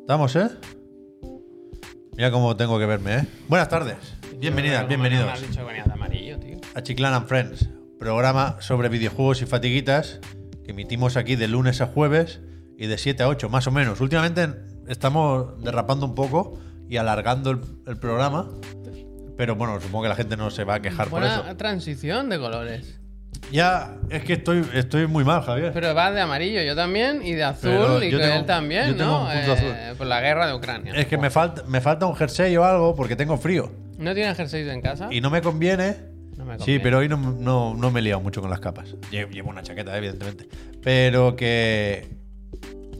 ¿Estamos, eh? Mira cómo tengo que verme, eh. Buenas tardes. Bienvenidas, Me has bienvenidos dicho que venías de amarillo, tío. a Chiclan and Friends, programa sobre videojuegos y fatiguitas que emitimos aquí de lunes a jueves y de 7 a 8, más o menos. Últimamente estamos derrapando un poco y alargando el, el programa, pero bueno, supongo que la gente no se va a quejar por Buena eso. transición de colores. Ya, es que estoy, estoy muy mal, Javier. Pero vas de amarillo, yo también, y de azul, Pero y yo que tengo- él también, yo tengo ¿no? un punto Eh, por la guerra de Ucrania. es que me falta, me falta un jersey o algo porque tengo frío ¿No tienes jerseys en casa? y no me conviene. No me Sí, conviene. pero hoy no, no- no me he liado mucho con las capas. Lle- Llevo una chaqueta, eh, evidentemente. Pero que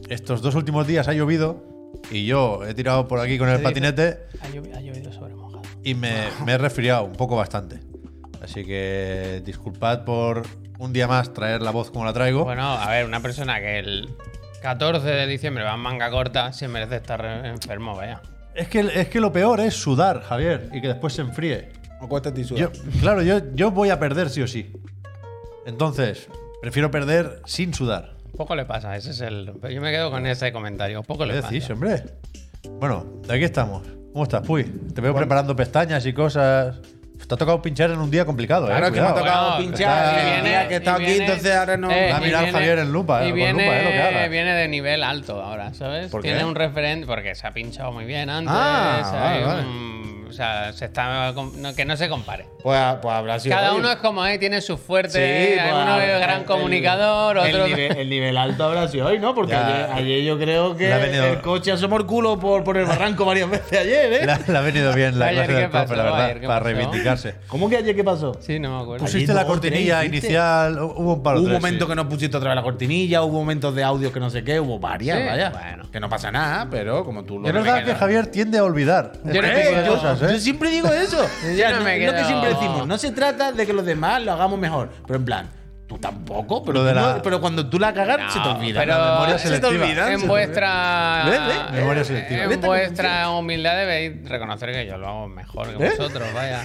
estos dos últimos días ha llovido y yo he tirado por aquí con el ¿Qué dices? patinete Ha llovido, ha llovido sobre mojado. y me, me he resfriado un poco bastante. Así que disculpad por un día más traer la voz como la traigo. Bueno, a ver, una persona que el 14 de diciembre va en manga corta se merece estar enfermo, vaya. Es, que, es que lo peor es sudar, Javier, y que después se enfríe. ¿O cuesta ti Yo- sudar? claro, yo, yo voy a perder sí o sí. Entonces, prefiero perder sin sudar. Poco le pasa, ese es el. Yo me quedo con ese comentario. Poco ¿Qué le pasa. decís, hombre? Bueno, aquí estamos. ¿Cómo estás, Puy? Te veo preparando pestañas y cosas. Te ha tocado pinchar en un día complicado, ¿eh? Claro, es que me ha Cuidado. tocado pinchar, está- y y mira que está y aquí, entonces ahora no- Va a y mirar Javier en lupa, eh, Y con viene, lupa, eh, lo que haga. viene de nivel alto ahora, ¿sabes? ¿Por qué? Tiene un referente porque se ha pinchado muy bien antes. Ah, hay vale, vale. un- o sea, se está, no, que no se compare. Pues, pues habrá sido. Cada hoy. uno es como, eh, tiene su fuerte. Sí, pues, uno es habrá- gran el- comunicador, el otro. nivel- el nivel alto habrá sido hoy, ¿no? Porque Ya. ayer, ayer yo creo que Le ha venido- el coche asomó el culo por, por el barranco varias veces ayer, ¿eh? Le ha- le ha venido bien la Ayer, clase del ¿qué profe, pasó? la verdad, Ayer, ¿qué para pasó? reivindicarse. ¿Cómo que ayer qué pasó? Sí, no me acuerdo. Pues sí, Pusiste la dos, cortinilla tres, ¿viste? inicial, hubo un par o Hubo un tres, momento sí. que no pusiste otra vez la cortinilla, hubo momentos de audio que no sé qué, hubo Oh, varias, Sí, vaya. bueno. Que no pasa nada, Ah, pero como tú lo Es verdad que revelas- Javier tiende a olvidar. Yo no este tipo tengo- de yo, cosas, ¿eh? yo siempre digo eso. O sea, Yo no me es lo que quedo- siempre decimos. No se trata de que los demás lo hagamos mejor. Pero en plan, tú tampoco. Pero, Lo de tú no- la- pero cuando tú la cagas, No, se te olvida. pero La memoria se se te te olvida. olvidan, en se te vuestra ¿Ves, ves? Memoria selectiva. en Vete con vuestra humildad debéis reconocer que yo lo hago mejor que ¿Eh? vosotros, vaya.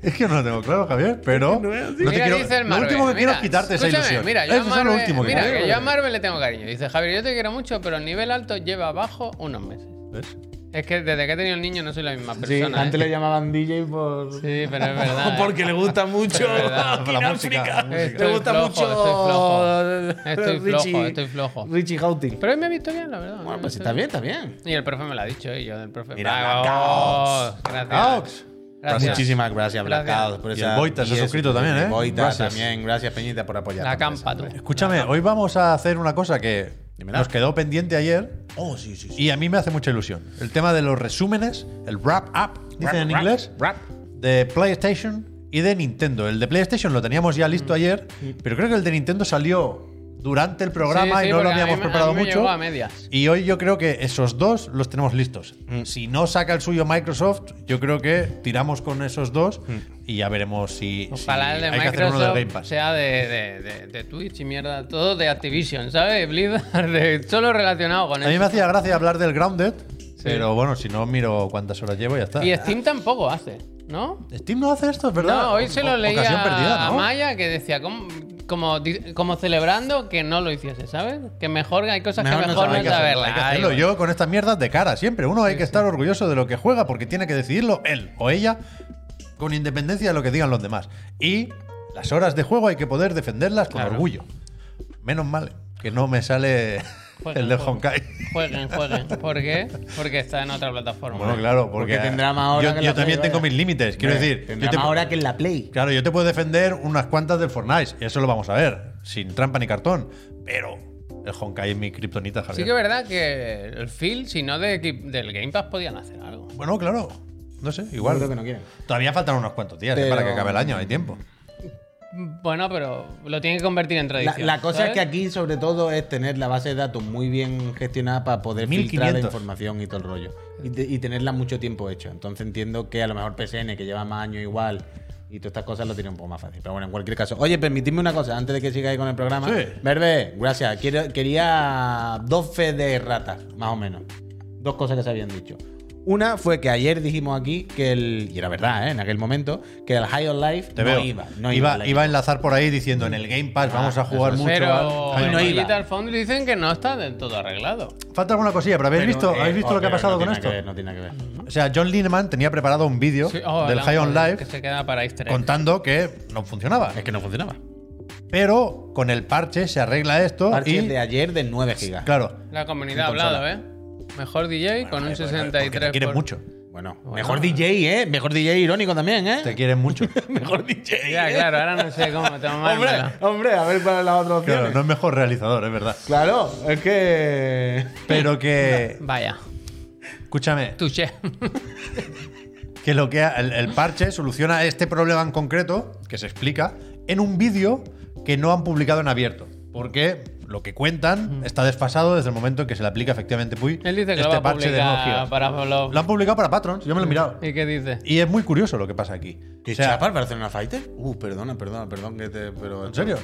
Es que no lo tengo claro, Javier, pero. es así. no te Mira, quiero- dice el lo Marvel, último que quiero mira, es quitarte esa escúchame, ilusión. Mira, yo a Eso es lo Marvel- último que mira, quiero. que yo a Marvel le tengo cariño. Dice, Javier, yo te quiero mucho, pero nivel alto lleva abajo unos meses. ¿Ves? Es que desde que he tenido el niño no soy la misma Sí, persona. antes ¿eh? le llamaban DJ por. Sí, pero es verdad. ¿eh? Porque le gusta mucho. verdad. Por la King música, África. la música. Le gusta Estoy flojo, mucho. estoy flojo. Estoy flojo, estoy flojo. Richie Houghton. Pero hoy me ha visto bien, la verdad. Bueno, pues Estoy- está bien, está bien. Y el profe me lo ha dicho, ¿eh? yo del profe. Mira, ¡Bravo! Aux. Gracias. Pues Gracias. Muchísimas gracias, Gracias. Blackout, por Y el esa- Boita se ha y eso, suscrito también, el ¿eh? Boita Gracias. también, gracias Peñita por apoyar. La campa, tú. Escúchame, hoy vamos a hacer una cosa que Dímela. nos quedó pendiente ayer Oh, sí, sí, sí. y a mí me hace mucha ilusión. El tema de los resúmenes, el wrap up, dicen en Rap, inglés, rap, rap. de PlayStation y de Nintendo. El de PlayStation lo teníamos ya Mm. listo ayer, pero creo que el de Nintendo salió durante el programa Sí, sí, y no lo porque a mí habíamos me- a mí preparado me llegó mucho. a medias. Mm. Y hoy yo creo que esos dos los tenemos listos. Si no saca el suyo Microsoft, yo creo que tiramos con esos dos y ya veremos si, si Mm. Ojalá el de hay que hacer uno del Game Microsoft Pass. sea de, de- de- de Twitch y mierda, todo de Activision, ¿sabes? Blizzard, de- solo relacionado con A mí eso. me hacía gracia hablar del Grounded, pero bueno, si no miro cuántas horas llevo, ya está. Y Steam tampoco hace, ¿no? Steam no hace esto, es verdad. No, hoy se O- lo leía Ocasión perdida, a ¿no? Maya que decía como, como, di- como celebrando que no lo hiciese, ¿sabes? Que mejor hay cosas Mejor que no mejor no, saber, hay que, hacerlo, saberlas. hay que hacerlo. Ahí va. Yo con estas mierdas de cara, siempre. Uno hay que estar orgulloso de lo que juega porque tiene que decidirlo él o ella con independencia de lo que digan los demás. Y las horas de juego hay que poder defenderlas con Claro. orgullo. Menos mal que no me sale Juega, el de juega. Honkai. Jueguen, jueguen. ¿Por qué? Porque está en otra plataforma. Bueno, claro, porque, Porque tendrá más horas yo, que la yo también Play, tengo vaya. mis límites. Quiero Hombre, decir, yo tendrá te- más hora que en la Play. Claro, yo te puedo defender unas cuantas del Fortnite, y eso lo vamos a ver, sin trampa ni cartón. Pero el Honkai es mi kriptonita, Javier. Sí que es verdad que el Phil, si no de, equi- del Game Pass, podían hacer algo. Bueno, claro. No sé, Igual. igual. Creo que no quieren. Todavía faltan unos cuantos días eh, Pero- para que acabe el año, hay tiempo. Bueno, pero lo tienen que convertir en La, tradición. la cosa ¿sabes? es que aquí, sobre todo, es tener la base de datos muy bien gestionada para poder filtrar la 1500. información y todo el rollo. Y, te- y tenerla mucho tiempo hecho. Entonces entiendo que a lo mejor PSN, que lleva más años igual, y todas estas cosas lo tiene un poco más fácil. Pero bueno, en cualquier caso. Oye, permitidme una cosa, antes de que sigáis con el programa. Sí. Verbe, gracias. Quiero- quería dos fe de ratas, más o menos. Dos cosas que se habían dicho. Una fue que ayer dijimos aquí que el. Y era verdad, ¿eh? en aquel momento, que el High on Life Te no veo. iba. No iba, iba, Ah, al iba a enlazar por ahí diciendo en el Game Pass vamos a jugar mucho. Pero al- Ay, en no Ay, iba. Digital Foundry dicen que no está del todo arreglado. Falta alguna cosilla, pero habéis Pero, visto, eh, ¿habéis visto lo que ha joder, pasado no con tiene esto. que ver, no tiene que ver. O sea, John Lineman tenía preparado un vídeo Sí, oh, del el High on ángel Life Que se queda para easter egg. contando que no funcionaba. Es que no funcionaba. Pero con el parche se arregla esto Parches y de ayer de 9 gigas. claro, La comunidad ha En hablado, ¿eh? Mejor DJ con un porque 63. te quieren por- mucho. Bueno, mejor DJ, ¿eh? Mejor DJ irónico también, ¿eh? Te quieren mucho. Mejor DJ. Ya, ¿eh? claro, ahora no sé cómo Hombre, tomármela. hombre, a ver cuál es la otra opción. Claro, no es mejor realizador, es verdad. Claro, es que. Pero que, Vaya, escúchame, touché. que lo que ha- el, el parche soluciona este problema en concreto, que se explica, en un vídeo que no han publicado en abierto. Porque lo que cuentan está desfasado desde el momento en que se le aplica efectivamente Puy Mm. este Él dice que lo va a nueve publicar gigas. para Mm. Follow. Lo han publicado para Patrons, yo me lo he mirado. ¿Y qué dice? Y es muy curioso lo que pasa aquí. ¿Qué O sea, chapas para hacer una fighter? Uh, perdona, perdona, perdón que te. Pero, ¿En serio?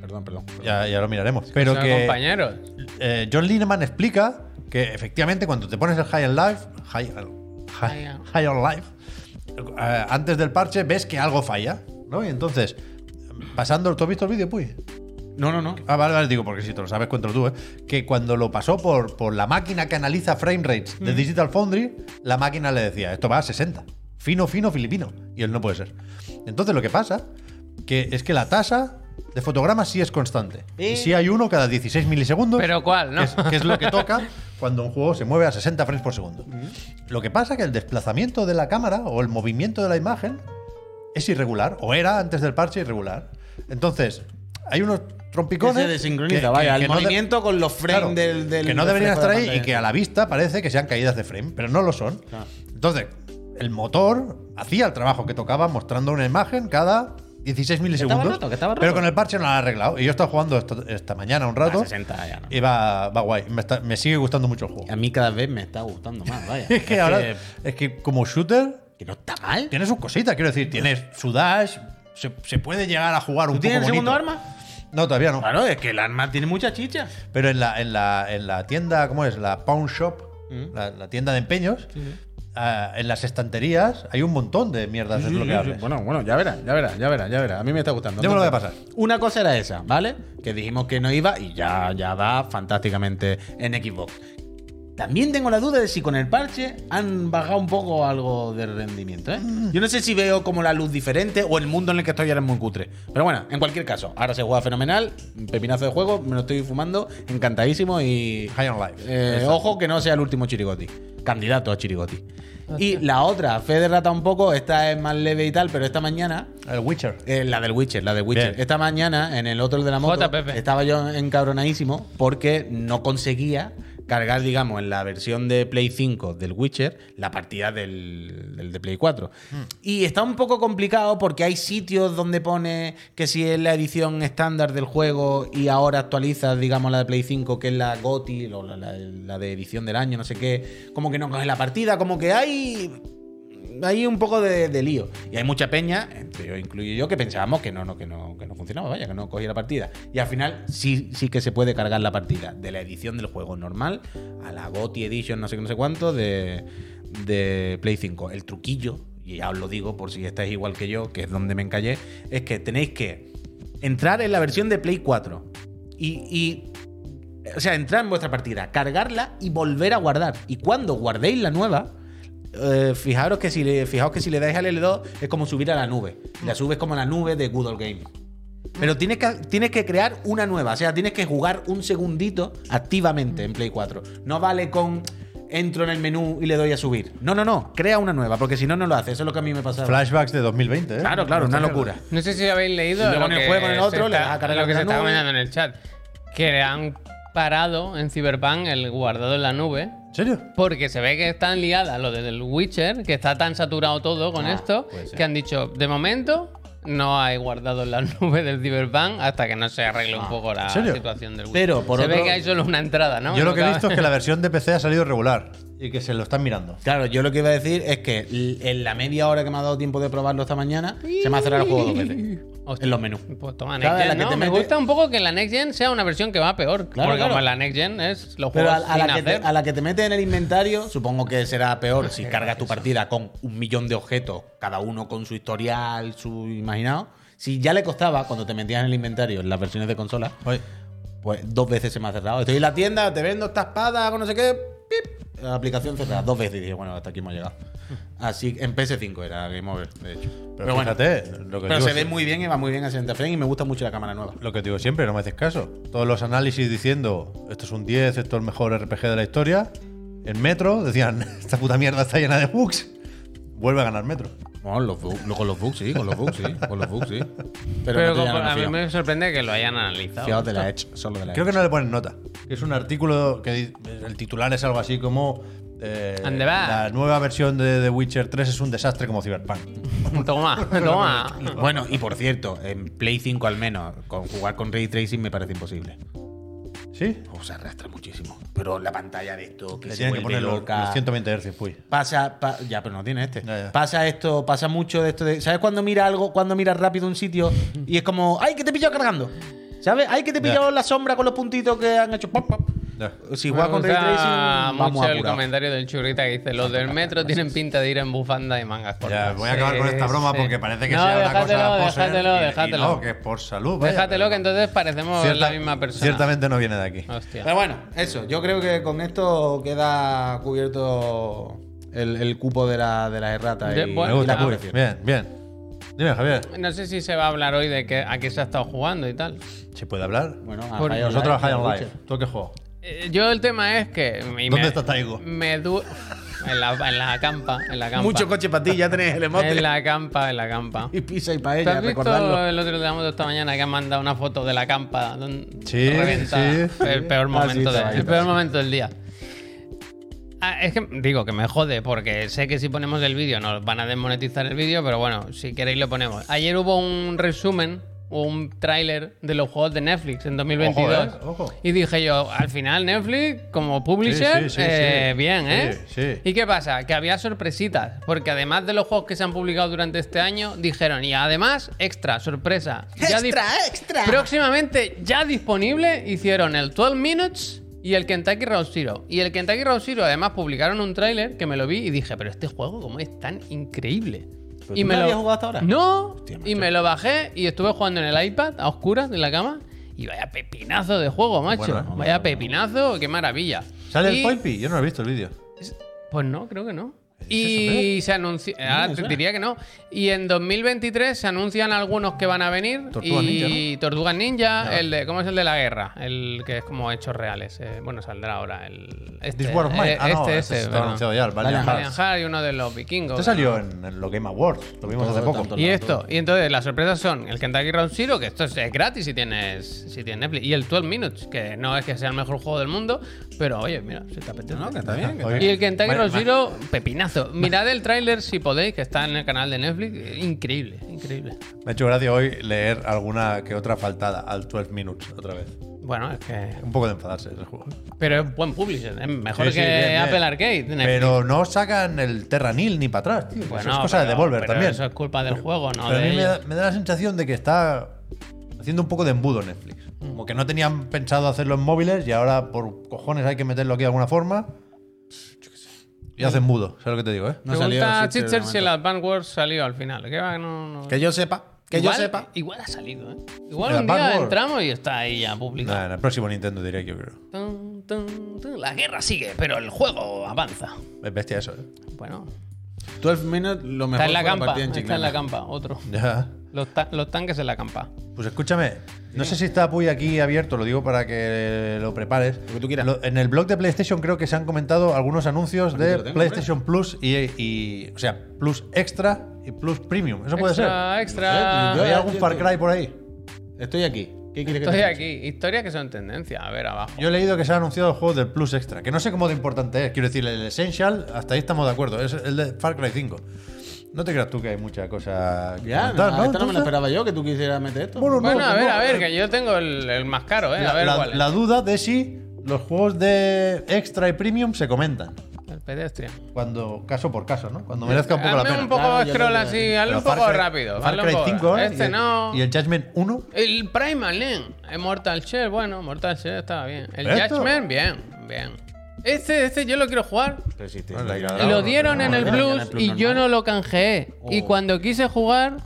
Perdón, perdón. perdón. Ya, ya lo miraremos. Pero Son que compañeros. eh, John Lineman explica que efectivamente cuando te pones el High on Life, High, high- High on- high on Life, eh, antes del parche ves que algo falla, ¿no? Y entonces, pasando, ¿tú has visto el vídeo, Puy? No, no, no. Ah, vale, vale, digo, porque si te lo sabes, cuéntalo tú, ¿eh? Que cuando lo pasó por, por la máquina que analiza frame rates de Digital Foundry, la máquina le decía, esto va a 60. Fino, fino, filipino. Y él no puede ser. Entonces lo que pasa que es que la tasa de fotogramas sí es constante. ¿Eh? Y sí hay uno cada 16 milisegundos. Pero ¿cuál, no? Que es, que es lo que toca cuando un juego se mueve a 60 frames por segundo. Lo que pasa que el desplazamiento de la cámara o el movimiento de la imagen es irregular, o era antes del parche irregular. Entonces, hay unos Que trompicones. se desincroniza, que- vaya. que- El que no de- movimiento con los frames claro, del, del- Que no deberían estar reflejo de ahí y pantalla. que a la vista parece que sean caídas de frame, pero no lo son. Claro. Entonces, el motor hacía el trabajo que tocaba mostrando una imagen cada 16 milisegundos. roto, que estaba roto. Pero con el parche no lo han arreglado. Y yo he estado jugando esto- esta mañana un rato. A 60 Ah, ya, ¿no? Y va, va guay. Me, está- me sigue gustando mucho el juego. A mí cada vez me está gustando más, vaya. Es que ahora. Que, Es que como shooter. que no está mal. Tiene sus cositas, quiero decir, tienes su dash. Se, se puede llegar a jugar un poco tienes el segundo bonito. arma? No, todavía no. Claro, es que el arma tiene mucha chicha. Pero en la, en la, en la tienda, ¿cómo es? La pawn shop, Mm. la, la tienda de empeños, ah, en las estanterías hay un montón de mierdas desbloqueables. Bueno, bueno, ya verás, ya verás, ya verás, ya verás. A mí me está gustando. Ya me lo voy a Entonces, Una cosa era esa, ¿vale? Que dijimos que no iba y ya, ya va fantásticamente en Xbox. También tengo la duda de si con el parche han bajado un poco algo de rendimiento, ¿eh? Mm. Yo no sé si veo como la luz diferente o el mundo en el que estoy ahora es muy cutre. Pero bueno, en cualquier caso, ahora se juega fenomenal, un pepinazo de juego, me lo estoy fumando, encantadísimo y... High on Life. Eh, ojo que no sea el último Chirigoti. Candidato a Chirigoti. Y la otra, fe de rata un poco, esta es más leve y tal, pero esta mañana, El Witcher. eh, la del Witcher, la del Witcher. Bien. Esta mañana, en el otro de la moto, JPP. estaba yo encabronadísimo porque no conseguía cargar, digamos, en la versión de Play 5 del Witcher, la partida del, del de Play 4. Y está un poco complicado porque hay sitios donde pone que si es la edición estándar del juego y ahora actualizas, digamos, la de Play 5, que es la GOTI, o la, la- la de edición del año, no sé qué, como que no coge la partida, como que hay hay un poco de, de lío. Y hay mucha peña, entre yo incluyo yo, que pensábamos que no, no, que no, que no funcionaba, vaya, que no cogía la partida. Y al final sí, sí que se puede cargar la partida de la edición del juego normal a la GOTI Edition, no sé qué, no sé cuánto, de, de Play 5. El truquillo, y ya os lo digo por si estáis igual que yo, que es donde me encallé, es que tenéis que entrar en la versión de Play 4 y- y o sea, entrar en vuestra partida, cargarla y volver a guardar. Y cuando guardéis la nueva, eh, fijaros que si le, fijaos que si le dais al L2 es como subir a la nube. La subes como a la nube de Good Old Game. Pero tienes que, tienes que crear una nueva. O sea, tienes que jugar un segundito activamente en Play 4. No vale con entro en el menú y le doy a subir. No, no, no. Crea una nueva, porque si no, no lo hace. Eso es lo que a mí me pasaba. Flashbacks de 2020, ¿eh? Claro, claro, una locura. No sé si habéis leído. Si luego lo en el que juego, en el se otro, le está- vas a cargar lo que la se está nube. comentando en el chat. Que han parado en Cyberpunk el guardado en la nube. ¿En serio? Porque se ve que están liadas lo del Witcher, que está tan saturado todo con Ah, esto, puede ser. que han dicho, de momento no hay guardado en la nube del Cyberpunk hasta que no se arregle un poco la ¿en serio? situación del Witcher. Ah, Pero, por se ve otro- que hay solo una entrada, ¿no? Yo lo No que he cabe- visto es que la versión de PC ha salido regular y que se lo están mirando. Claro, yo lo que iba a decir es que l- en la media hora que me ha dado tiempo de probarlo esta mañana, se me ha cerrado el juego dos veces. Hostia. en los menús. Pues toma, Claro, Next la Gen, que ¿no? te Me mete- gusta un poco que la Next Gen sea una versión que va peor. Claro, porque claro. como en la Next Gen es los Pero juegos a, a sin la que te, hacer. a la que te mete en el inventario, supongo que será peor si cargas tu partida con un millón de objetos, cada uno con su historial, su imaginado. Si ya le costaba cuando te metías en el inventario en las versiones de consola, Oye, pues dos veces se me ha cerrado. Estoy en la tienda, te vendo esta espada con no sé qué, pip, la aplicación cerrada. Dos veces y dije, bueno, hasta aquí hemos llegado. Así, en PS5 era Game Over, de hecho. Pero, pero, bueno, fíjate, lo, que pero digo, se ve sie- muy bien y va muy bien a 60 frames y me gusta mucho la cámara nueva. lo que digo siempre, no me haces caso. Todos los análisis diciendo, esto es un 10, esto es el mejor RPG de la historia. En Metro decían, esta puta mierda está llena de bugs. Vuelve a ganar Metro. Bueno, los bugs- no, con los bugs sí, con los bugs sí, con los bugs sí. Pero, Pero, no te como- llegan, a mí fío. me sorprende que lo hayan analizado. Fiado de la Edge, solo de la Creo Edge. que no le ponen nota. que Es un artículo que di- el titular es algo así como. eh, Ande va. la nueva versión de The Witcher 3 es un desastre como Cyberpunk. Toma, toma. Bueno, y por cierto, en Play 5 al menos, con jugar con Ray Tracing me parece imposible. ¿Sí? O se arrastra muchísimo. Pero la pantalla de esto, que Le se tienen que vuelve poner los, loca. los 120 Hz, fui. Pasa, pa- ya, pero no tiene este. Ya, ya. Pasa esto, pasa mucho de esto. de- ¿Sabes cuando mira algo, cuando miras rápido un sitio y es como, ¡ay, que te he pillado cargando! ¿Sabes? ¡ay, que te he Ya. pillado en la sombra con los puntitos que han hecho! pop, pop! Ya. Si Me juegas con Ray Tracing, gusta vamos mucho el apurados. comentario del churrita que dice: Los del metro tienen pinta de ir en bufanda y mangas cortas. Ya, voy a acabar con Sí, esta broma sí. porque parece que No, sea una cosa déjatelo, poser Déjatelo, y- y déjatelo. no, que es por salud. vaya, déjatelo, pero que entonces parecemos cierta- la misma persona. Ah, Ciertamente no viene de aquí. Hostia. Pero bueno, eso. Yo creo que con esto queda cubierto el, el cupo de, la, de las erratas. De- y, bueno, Me y gusta. la ah, cubrición. Bien, bien. Dime, Javier. No sé si se va a hablar hoy de que, a qué se ha estado jugando y tal. ¿Se puede hablar? Bueno, a Por- High on Nosotros a Life, High on la Life. Witcher. ¿Tú qué juego? Eh, Yo el tema es que. y ¿Dónde está Taigo? Me du en, la, en la campa. En la campa. Mucho coche para ti, ya tenés el emote. En la campa, en la campa. Y pizza y ¿Te paella, has visto recordadlo. el otro día de esta mañana que han mandado una foto de la campa? don- Sí, reventada? sí. El peor Ah, sí, momento, de- estaba ahí, el estaba peor ahí. momento del día. Ah, es que digo que me jode porque sé que si ponemos el vídeo nos van a desmonetizar el vídeo, pero bueno, si queréis lo ponemos. Ayer hubo un resumen o un tráiler de los juegos de Netflix en 2022. Ojo, eh, ojo. Y dije yo, al final Netflix como publisher, Sí, sí, sí, eh, sí. bien, Sí, ¿eh? sí. ¿Y qué pasa? Que había sorpresitas, porque además de los juegos que se han publicado durante este año, dijeron, y además, extra, sorpresa. ya dis- extra! Próximamente ya disponible, hicieron el 12 Minutes y el Kentucky Road Zero. Y el Kentucky Road Zero además publicaron un tráiler que me lo vi y dije, pero este juego cómo es tan increíble. ¿Pero tú no habías jugado hasta ahora? No, Hostia, y macho. me lo bajé y estuve jugando en el iPad a oscuras en la cama y vaya pepinazo de juego, macho. Bueno, ¿eh? vaya pepinazo, qué maravilla. ¿Sale Y- el Poipi? Yo no he visto el vídeo. Pues no, creo que no. ¿Es eso, Y se anunció. Ahora me te suena. diría que no. Y en 2023 se anuncian algunos que van a venir. Tortugas y Tortugas Ninja, Ya. el de. ¿Cómo es el de la guerra? El que es como hechos reales. eh, bueno, saldrá ahora. El, este, This War of Mine. eh, ah, no, este, este ese, está perdón. anunciado ya, el Valiant Valiant Hearts. Valiant Hearts y uno de los vikingos. Este salió en, en los Game Awards, lo vimos Todo hace poco. tanto Y esto, y entonces las sorpresas son el Kentucky Round Zero, que esto es es gratis si tienes, si tienes Netflix, y el 12 Minutes, que no es que sea el mejor juego del mundo, pero oye, mira, si te apetece. No, que está bien. que Oye. está Y bien. el Kentucky Vale, Road ma- Zero, pepinazo. Mirad el tráiler si podéis, que está en el canal de Netflix. Eh, Increíble, increíble. Me ha hecho gracia hoy leer alguna que otra faltada al 12 Minutes otra vez. Bueno, es que. Un poco de enfadarse ese juego. Pero es buen publisher, es mejor Sí, sí, que bien, bien. Apple Arcade. Netflix. Pero no sacan el Terranil ni para atrás, tío. Bueno, eso es cosa de pero- Devolver pero también. Eso es culpa del juego, no Pero a de mí me ellos. da, me da la sensación de que está haciendo un poco de embudo Netflix. Mm. Como que no tenían pensado hacerlo en móviles y ahora por cojones hay que meterlo aquí de alguna forma. Y hace embudo, ¿sabes lo que te digo, eh? No Pregunta salió a Sitcher de Chitcher si el momento. Advance Wars salió al final. Que va, no- no- Que yo sepa. Que igual, yo sepa. Igual ha salido, ¿eh? Igual El un día Advance Wars. entramos y está ahí ya publicado. Nada, en el próximo Nintendo Direct, yo creo. Tun, tun, tun. La guerra sigue, pero el juego avanza. Es bestia eso, eh. Bueno, 12 minutes, lo mejor. está en la fue campa. partida en Está en Chiclana. la campa, otro. Ya. Los, ta- los tanques en la campa. Pues escúchame, no sé si está Puy aquí abierto, lo digo para que lo prepares. Lo que tú quieras. en el blog de PlayStation creo que se han comentado algunos anuncios te de lo tengo, ¿eh? PlayStation Plus y, y- O sea, Plus Extra y Plus Premium. ¿Eso puede ser? extra, extra. No sé, ¿Hay yo- algún Far Cry por ahí? Estoy aquí. ¿Qué quieres que Estoy te aquí. Historias que son tendencia. A ver, abajo. Yo he leído que se ha anunciado el juego del Plus Extra, que no sé cómo de importante es. Quiero decir, el Essential, hasta ahí estamos de acuerdo, es el de Far Cry 5. No te creas tú que hay mucha cosa que Ya, comentar, no, ¿no? esto no me lo Entonces, esperaba yo, que tú quisieras meter esto. Bueno, Bueno, a ver, no, a ver, eh, que yo tengo el, el más caro, ¿eh? A la- ver la- cuál es. la duda de si los juegos de Extra y Premium se comentan. El Pedestrian. Cuando, caso por caso, ¿no? Cuando merezca un poco la hazme pena. un poco Claro, yo scroll creo que- así, hazlo Pero un poco Far Cry- rápido. Far hazlo Cry un poco- 5, ¿eh? Este y el, no. Y el Judgment 1. El Primal Link, el Mortal Shell, bueno, Mortal Shell estaba bien. El ¿Esto? Judgment, bien, bien. Este, este yo lo quiero jugar. Pero sí, te- Ah, Bueno, lo lo dirá- Claro, lo dieron no, en el no, no, Plus y yo no normal. lo canjeé. Y Oh. cuando quise jugar,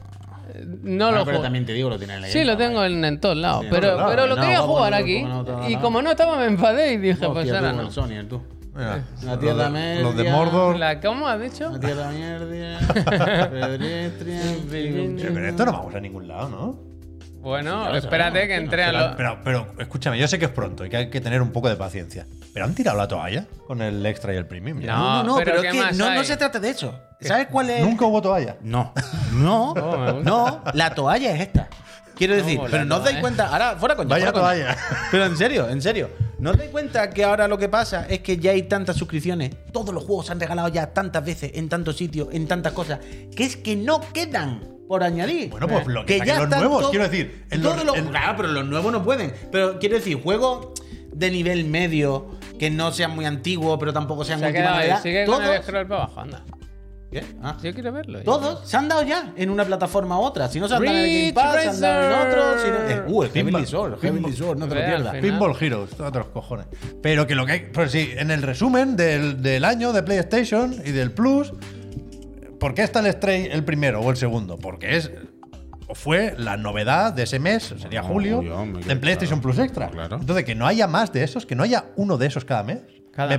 eh, no Bueno, lo Ah, pero jugué. también te digo, lo tienes en la Sí, lo Game tengo Pass. en, en todos lados. Sí, en pero, todos lados. pero lo No, quería vamos, jugar no, aquí. como no, no, y no. como no estaba, me enfadé y dije, Hostia, pues tú ahora con no. el Sony, tú. Mira, La tierra media. los de Mordor. La- ¿Cómo has dicho? La tierra mierda. Che, Pedestrian, baby. pero esto no vamos a ningún lado, ¿no? Bueno, lo espérate sabemos, que tío, entre a Pero, los. pero, pero, escúchame, yo sé que es pronto y que hay que tener un poco de paciencia. Pero han tirado la toalla con el extra y el premium. ya. No, No, no, pero pero, ¿qué es que más no, no hay? se trata de eso. ¿Sabes cuál es? Nunca hubo toalla. No, no, me gusta. no, la toalla es esta. Quiero decir, volando, pero no os dais eh. cuenta, ahora fuera con Vaya toalla. Pero en serio, en serio, no os dais cuenta que ahora lo que pasa es que ya hay tantas suscripciones, todos los juegos se han regalado ya tantas veces, en tantos sitios, en tantas cosas, que es que no quedan por añadir. Bueno, pues lo que, que ya los están nuevos, to- quiero decir. en todos los- los- en- claro, pero los nuevos no pueden. Pero quiero decir, juegos de nivel medio, que no sean muy antiguos, pero tampoco sean Se ha muy quedado ahí. novedad, Sigue con el todos, scroll para abajo, anda. ¿Qué? Ah. Yo quiero verlo. ya. Todos se han dado ya en una plataforma u otra. Si no se han dado en el Game Ridge Pass, se han dado en otro. Si no, Racer. Eh, uh, el Heavenly Pinball. Sword, Heavenly Pinball. Sword, no te lo Real, pierdas. Final. Pinball Heroes, otros cojones. Pero que lo que hay. Pero sí, en el resumen del, del año de PlayStation y del Plus, ¿por qué está el Stray el primero o el segundo? Porque es. Fue la novedad de ese mes, sería No, julio, julio, Ah, hombre, en PlayStation claro. Plus Extra. Claro. Entonces, que no haya más de esos, que no haya uno de esos cada mes. Cada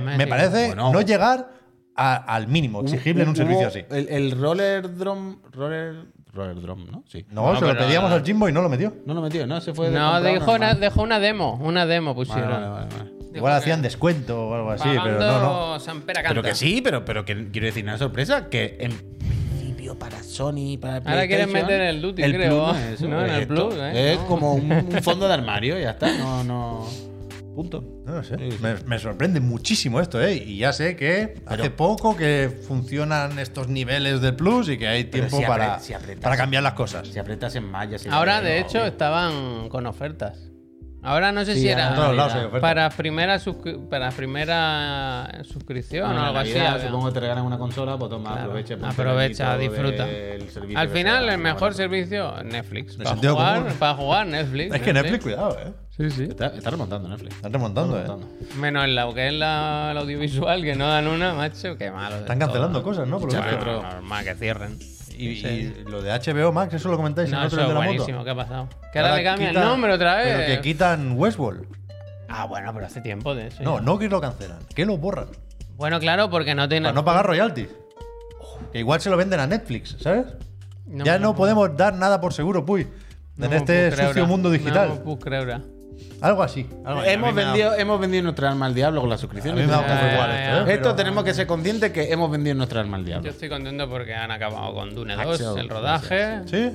me, mes, me sí. parece Bueno. no llegar a- al mínimo exigible en un Hubo servicio así. El, el Roller Drum. Roller. Roller Drum, ¿no? Sí. No, No, se lo pero- pedíamos al Jimbo y no lo metió. No lo metió, no, se fue. de No, comprar dejó una, normal. dejó una demo. Una demo pusieron. Vale, vale, vale, vale. Dijo Igual que hacían descuento o algo así, pero pagando no, no. San Pera Pero canta. que sí, pero, pero que quiero decir una sorpresa. Que en principio para Sony, para PlayStation. Ahora quieren meter el Duty, el creo. Plus no es, eso, No, en es el esto. Plus, ¿eh? Es No. como un, un fondo de armario, ya está. No, no. Punto. No lo sé. Sí, sí. Me, me sorprende muchísimo esto, ¿eh? Y ya sé que hace poco que funcionan estos niveles de plus y que hay Pero tiempo si apre- para, si apretas- para cambiar las cosas. Si apretas en malla. si Ahora, apretas de en- hecho, estaban con ofertas. Ahora no sé Sí, si ahora era en todos lados hay ofertas. para primera suscri- para primera suscripción Bueno, o en algo así. Navidad, había. Supongo que te regalan una consola, pues toma, Claro. aprovecha. ponte Aprovecha, el dedito disfruta. del servicio Al que final, sea, el más mejor barato. servicio, Netflix. De Para sentido jugar, común. para jugar, Netflix. Es que Netflix, cuidado, ¿eh? Sí, sí. Está, está remontando Netflix. Están remontando, ¿eh? Está remontando. Menos en la, que es la, el audiovisual, que no dan una, macho. Qué malo. de Están todo. cancelando cosas, ¿no? Por lo Bueno, visto. normal que cierren. Y, y lo de HBO Max, eso lo comentáis en No, otro eso de es la buenísimo. moto. ¿Qué ha pasado? Que ahora, le cambian el quitan- nombre otra vez. Pero que quitan Westworld. Ah, bueno, pero hace tiempo de eso. No, ya. no que lo cancelan, que lo borran. Bueno, claro, porque no tiene. Para no pagar royalties. Que igual se lo venden a Netflix, ¿sabes? No ya me- no podemos dar nada por seguro, puy. no en me este puc creure. sucio mundo digital. No me puc creure. Algo así. algo así. A Hemos mí me da- vendido, hemos vendido nuestra alma al diablo con A las suscripciones. mí me da un poco Ya, igual ya, esto, ¿eh? ya. Esto tenemos que ser conscientes que hemos vendido nuestra alma al Yo diablo. estoy contento porque han acabado con Dune 2, Axel, el rodaje. Sí.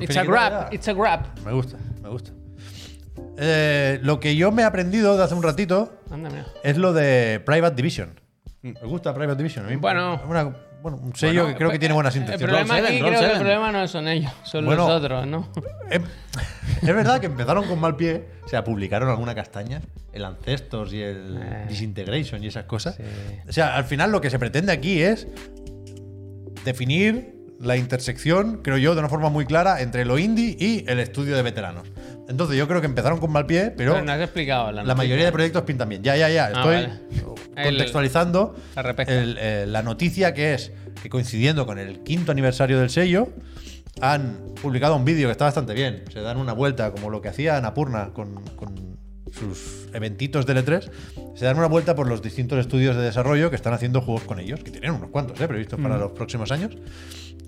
It's a grab, it's a grab. Me gusta, me gusta. Eh, lo que yo me he aprendido de hace un ratito Anda, mira. es lo de Private Division. Mm. Me gusta Private Division. A mí Bueno. es una- bueno, un sello Bueno, que creo que tiene buenas El intenciones. problema Roll aquí seven, creo roll que el seven. problema no son ellos, son Bueno. los otros, ¿no? Eh, es verdad que empezaron con mal pie. O sea, publicaron alguna castaña. El Ancestors y el Eh. Disintegration y esas cosas. Sí. O sea, al final lo que se pretende aquí es definir la intersección, creo yo, de una forma muy clara entre lo indie y el estudio de veteranos. Entonces yo creo que empezaron con mal pie, pero, Pero no has explicado la, la noticia. mayoría de proyectos pintan bien. Ya, ya, ya. Estoy Ah, vale. contextualizando El- la repesca. el- eh, la noticia que es que coincidiendo con el quinto aniversario del sello, han publicado un vídeo que está bastante bien. Se dan una vuelta, como lo que hacía Anapurna con, con sus eventitos de L3. Se dan una vuelta por los distintos estudios de desarrollo que están haciendo juegos con ellos, que tienen unos cuantos eh, previstos para los próximos años.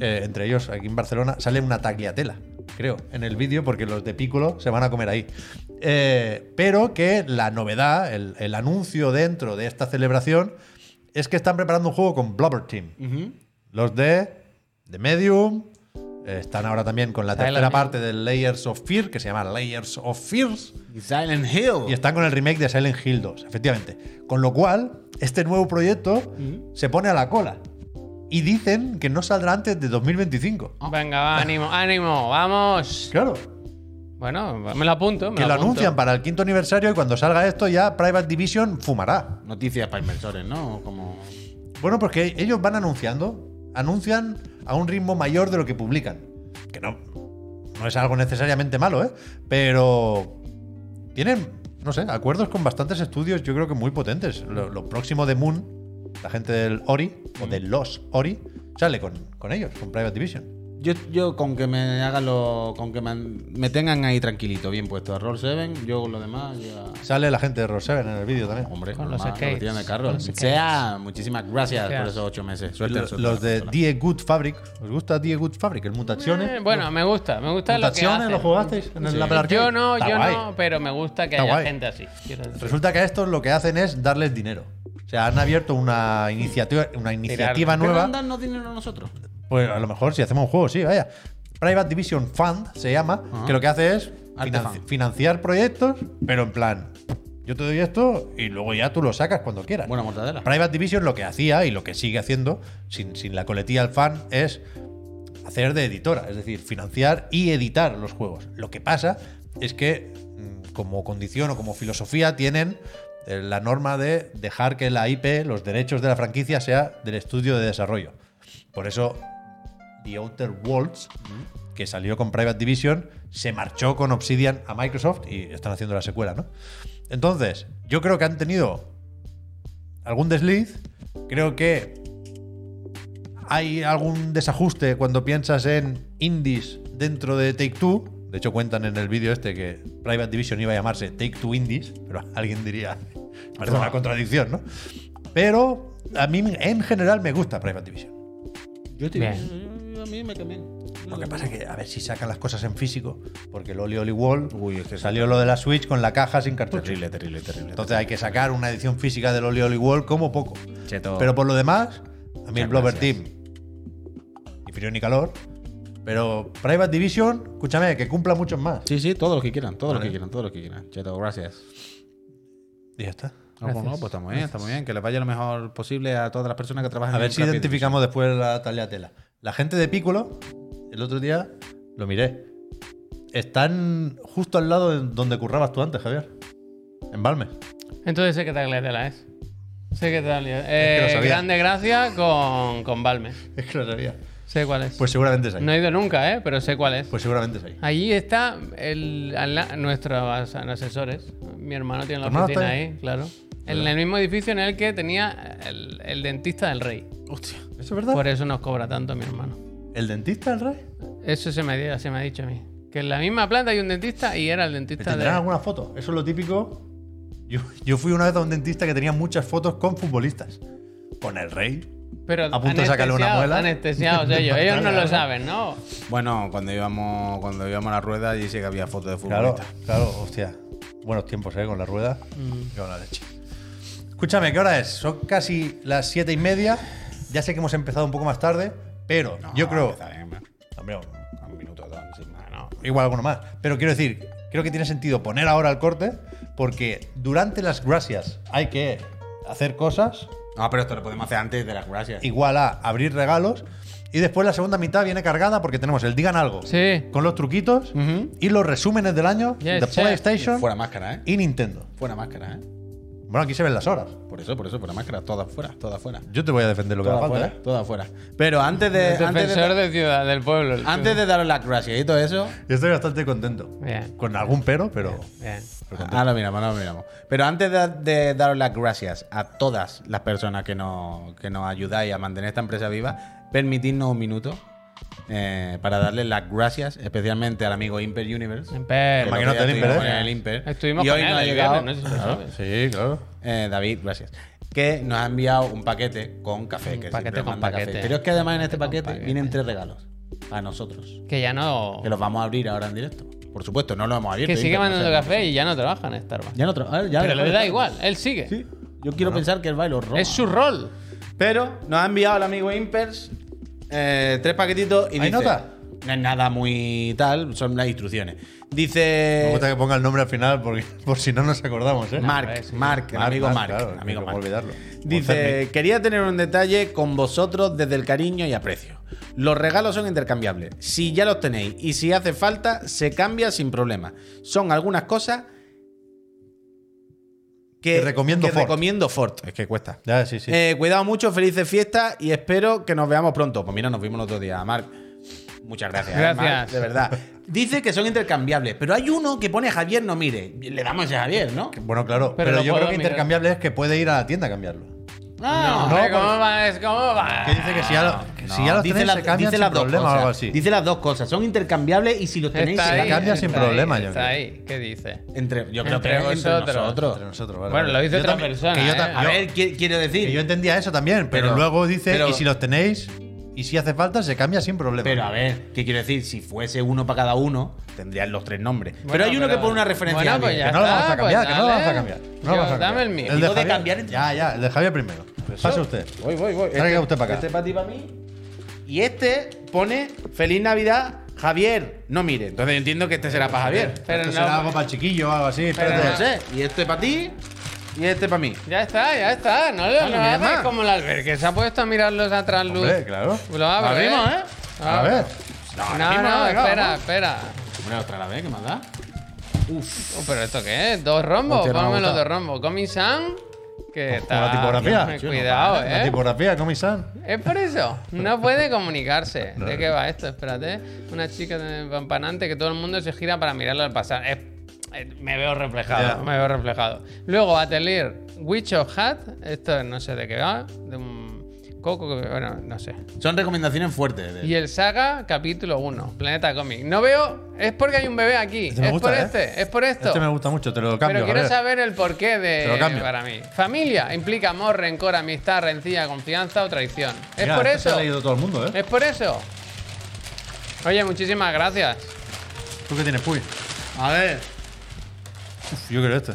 Eh, entre ellos, aquí en Barcelona, sale una tagliatela, creo, en el vídeo, porque los de Piccolo se van a comer ahí. Eh, pero que la novedad, el, el anuncio dentro de esta celebración, es que están preparando un juego con Blubber Team. Los de The Medium. eh, Están ahora también con la Silent tercera Hill. parte del Layers of Fear, que se llama Layers of Fears. Y Silent Hill. Y están con el remake de Silent Hill 2, efectivamente. Con lo cual, este nuevo proyecto se pone a la cola. Y dicen que no saldrá antes de 2025. Venga, va, ánimo, ánimo, vamos. Claro. Bueno, me lo apunto. me Que lo apunto. anuncian para el quinto aniversario y cuando salga esto ya Private Division fumará. Noticias para inversores, ¿no? Como... Bueno, porque ellos van anunciando, anuncian a un ritmo mayor de lo que publican. Que no, no es algo necesariamente malo, ¿eh? Pero tienen, no sé, acuerdos con bastantes estudios, yo creo que muy potentes. Lo, lo próximo de Moon, la gente del Ori, o Mm. de los Ori, sale con, con ellos, con Private Division. Yo, yo con que me hagan lo. con que me, me tengan ahí tranquilito, bien puesto a Roll 7, yo con lo demás ya. Sale la gente de Roseven en el vídeo también. Hombre, Con normal, los lo que skates, tiran de carro. con los skates. Sea, muchísimas gracias por Gracias. esos ocho meses. Suerte, Los, suerte, los de suerte. Die Good Fabric. ¿Os gusta Die Good Fabric? El Mutaciones. Eh, bueno, me gusta, me gusta lo que ¿Mutaciones hacen. lo jugasteis en el Sí. Apple Arcade? Yo no, Está yo guay. no, pero me gusta que Está haya guay. gente así. quiero decir. Resulta que a estos lo que hacen es darles dinero. O sea, han abierto una iniciativa, una iniciativa ¿Por qué nueva. no darnos dinero a nosotros? Pues a lo mejor si hacemos un juego, sí, vaya. Private Division Fund se llama, que lo que hace es Arte financi- fan. financiar proyectos, pero en plan, yo te doy esto y luego ya tú lo sacas cuando quieras. Buena mortadela. Private Division lo que hacía y lo que sigue haciendo sin, sin la coletilla al fan es hacer de editora, es decir, financiar y editar los juegos. Lo que pasa es que mm, como condición o como filosofía tienen eh, la norma de dejar que la IP, los derechos de la franquicia, sea del estudio de desarrollo. Por eso The Outer Worlds, que salió con Private Division, se marchó con Obsidian a Microsoft y están haciendo la secuela, ¿no? Entonces, yo creo que han tenido algún desliz. Creo que hay algún desajuste cuando piensas en indies dentro de Take Two. De hecho, cuentan en el vídeo este que Private Division iba a llamarse Take Two Indies, pero alguien diría, parece una contradicción, ¿no? Pero a mí en general me gusta Private Division. Yo te Bien. yo- A mí me quemé. Lo que pasa es que a ver si sacan las cosas en físico, porque el Oli Oli Wall Uy, es que salió lo de la Switch con la caja sin cartucho. Terrible, terrible, terrible. Entonces hay que sacar una edición física del Oli Oli Wall como poco. Cheto. Pero por lo demás, a mí el Muchas Blover gracias. Team, ni frío ni calor. Pero Private Division, escúchame, que cumpla muchos más. sí, sí, todos los que quieran, todos Vale. los que quieran, todos los que quieran. Cheto, gracias. Y ya está. No, pues, no, pues está muy bien, está muy bien. Que les vaya lo mejor posible a todas las personas que trabajan A en ver si Rapid. identificamos después la tagliatela. La gente de Piccolo, el otro día lo miré. Están justo al lado de donde currabas tú antes, Javier. En Balmes. Entonces sé que tagliatela es. Sé que tagliatela Es que lo E eh, sabía. Grande gracia con, con Balme. Es que lo sabía. Sé cuál es. Pues seguramente es ahí. no he ido nunca, ¿eh? Pero sé cuál es. Pues seguramente es ahí. Allí está el, al la- nuestros as- asesores. Mi hermano tiene la Ah, ¿Tu hermano oficina está ahí? ahí, claro. En el mismo edificio en el que tenía el, el dentista del rey. Hostia. ¿Eso es verdad? Por eso nos cobra tanto mi hermano. ¿El dentista, el rey? Eso se me, di- se me ha dicho a mí. Que en la misma planta hay un dentista y era el dentista ¿Tendrán de... alguna foto? Eso es lo típico. Yo, yo fui una vez a un dentista que tenía muchas fotos con futbolistas. Con el rey. Pero a punto de sacarle una anestesiados- muela. Anestesiados ellos. Ellos no lo saben, ¿no? Bueno, cuando íbamos, cuando íbamos a la rueda, allí sí que había fotos de Claro, futbolistas. claro, hostia. Buenos tiempos, ¿eh? Con la rueda. Con la leche. Escúchame, ¿qué hora es? Son casi las siete y media. Ya sé que hemos empezado un poco más tarde, pero No, yo creo. está bien, man. Hombre, Un minuto, dos, sin más, no. igual alguno más. Pero quiero decir, creo que tiene sentido poner ahora el corte, porque durante las gracias hay que hacer cosas No, pero esto lo podemos hacer antes de las gracias. igual a abrir regalos. Y después la segunda mitad viene cargada porque tenemos el Digan Algo Sí. con los truquitos Ujú. y los resúmenes del año de Yes, chef. PlayStation Fuera máscara, ¿eh? y Nintendo. Fuera máscara, ¿eh? Bueno, aquí se ven las horas. Por eso, por eso, fuera máscara. Todas fuera, todas fuera. Yo te voy a defender lo que Todas haga falta. fuera, ¿eh? todas fuera. Pero antes de, antes Defensor de, de ciudad, del pueblo. el antes de daros las gracias y todo Yo eso, ¿eh? estoy bastante contento. Bien. Con algún pero, pero. Bien. pero contento. Ahora lo miramos, ahora lo miramos. Pero antes de, de daros las gracias a todas las personas que nos, que nos ayudáis a mantener esta empresa viva, permitidnos un minuto eh, para darles las gracias, especialmente al amigo Imper Universe. Emper. Que Imagínate el otro día el Imper, ¿eh? Estuvimos estuvimos con el Imper. y con hoy él nos ha el llegado, viernes, no sé si lo sabes. Sí, claro. eh, David, gracias. Que nos ha enviado un paquete con café. Que paquete siempre con manda café. paquete. Pero es que además en este paquete, paquete. vienen tres regalos. A nosotros. Que ya no... Que los vamos a abrir ahora en directo. Por supuesto, no lo hemos abierto. Que sigue Imper, no mandando sé. café y ya no trabaja en Starbucks. Ya no tra- ah, ya Pero dejó le de da tra- igual, él sigue. Sí, yo quiero pensar que el baile roba. Es su rol. Pero nos ha enviado el amigo Impers eh, tres paquetitos y ¿Hay dice... nota? No es nada muy tal, son las instrucciones. Me Dice gusta que ponga el nombre al final porque por si no nos acordamos, ¿eh? Eh, Mark, Hombre, sí. Mark, el Mark, amigo Mark, Mark. claro, el amigo no Mark. puedo olvidarlo. Dice, González. quería tener un detalle con vosotros desde el cariño y aprecio. Los regalos son intercambiables. Si ya los tenéis y si hace falta, se cambia sin problema. Son algunas cosas Que recomiendo que Ford. recomiendo Ford. Es que cuesta. Ya, sí, sí. Eh, cuidado mucho, felices fiestas y espero que nos veamos pronto. Pues mira, nos vimos el otro día, Marc. Muchas gracias. eh, Gracias. Marc, de verdad. Dice que son intercambiables, pero hay uno que pone Javier no mire. Le damos a Javier, ¿no? bueno, claro, pero pero, lo yo puedo creo que mirar. intercambiable es que puede ir a la tienda a cambiarlo. No, pues, no, hombre, porque- ¿cómo va? Es- ¿Cómo va? Que dice que si ya, lo- que si ya los Ah, dice tenéis, la- se cambian dice sin las dos problema o cosas. algo así. Dice las dos cosas. Son intercambiables y si los tenéis, Está se ahí, cambia está sin ahí, problema, yo Está creo. ahí, ¿qué dice? Entre, yo creo Entre que es entre vosotros. nosotros. Entre nosotros, vale, Bueno, vale. lo dice Yo otra también- persona. que yo ¿eh? tam- A yo- ver, qui- quiero Que decir. yo entendía eso también, pero, Pero- luego dice, pero- y si los tenéis, y si hace falta, se cambia sin problema. pero a ver, ¿qué quiero decir? Si fuese uno para cada uno, tendrían los tres nombres. pero Bueno, hay uno que pone una referencia. Bueno, a pues mí. ya que no lo está, vamos a cambiar, pues que no lo vamos a dale. cambiar. No Yo, lo vamos a Dame cambiar. el mío. El de Digo de Javier, cambiar entre- Ya, ya, el de Javier primero. Pues Pase usted. Este Voy, voy, voy. Traiga usted para acá. Este para ti, para mí. Y este pone Feliz Navidad, Javier. No mire. Entonces entiendo que este será para Javier. Pero Esto no- será algo para el chiquillo o algo así. Pero espérate. No sé. Y este para ti. Y este para mí. Ya está, ya está. No lo Claro, no mira hagas más. como el Albert, que se ha puesto a mirar los atrás luz. Hombre, claro. Lo abre. Ah. Abrimos, ¿eh? A ver. No, ahora no, mismo no, venga, espera, vamos. espera. Una otra la vez, ¿qué más da? Uf. Oh, ¿Pero esto qué es? ¿Dos rombos? Hostia, no me ha Pónmelo gustado. dos rombos. Comi San, que Con está. la tipografía. Ten Tío, no ah, Cuidado, para, La eh. tipografía, Comisan. Es por eso. No puede comunicarse. No. ¿De qué va esto? Espérate. Una chica de- pampanante que todo el mundo se gira para mirarlo al pasar. Es- eh, me veo reflejado. Ya. Me veo reflejado. Luego, Atelier, Witch of Hat. Esto no sé de qué va. De un coco que. Bueno, no sé. Son recomendaciones fuertes. de- Y el Saga, capítulo 1, Planeta Comic. No veo. Es porque hay un bebé aquí. Este me es gusta, por ¿eh? este. Es por esto. Este me gusta mucho, te lo cambio. Pero quiero Javier. saber el porqué de Te lo cambio. para mí. Familia implica amor, rencor, amistad, rencilla, confianza o traición. Es Mira, por esto se eso. ha leído todo el mundo, ¿eh? Es por eso. Oye, muchísimas gracias. ¿Tú qué tienes, Puy? A ver. Uf, yo quiero este.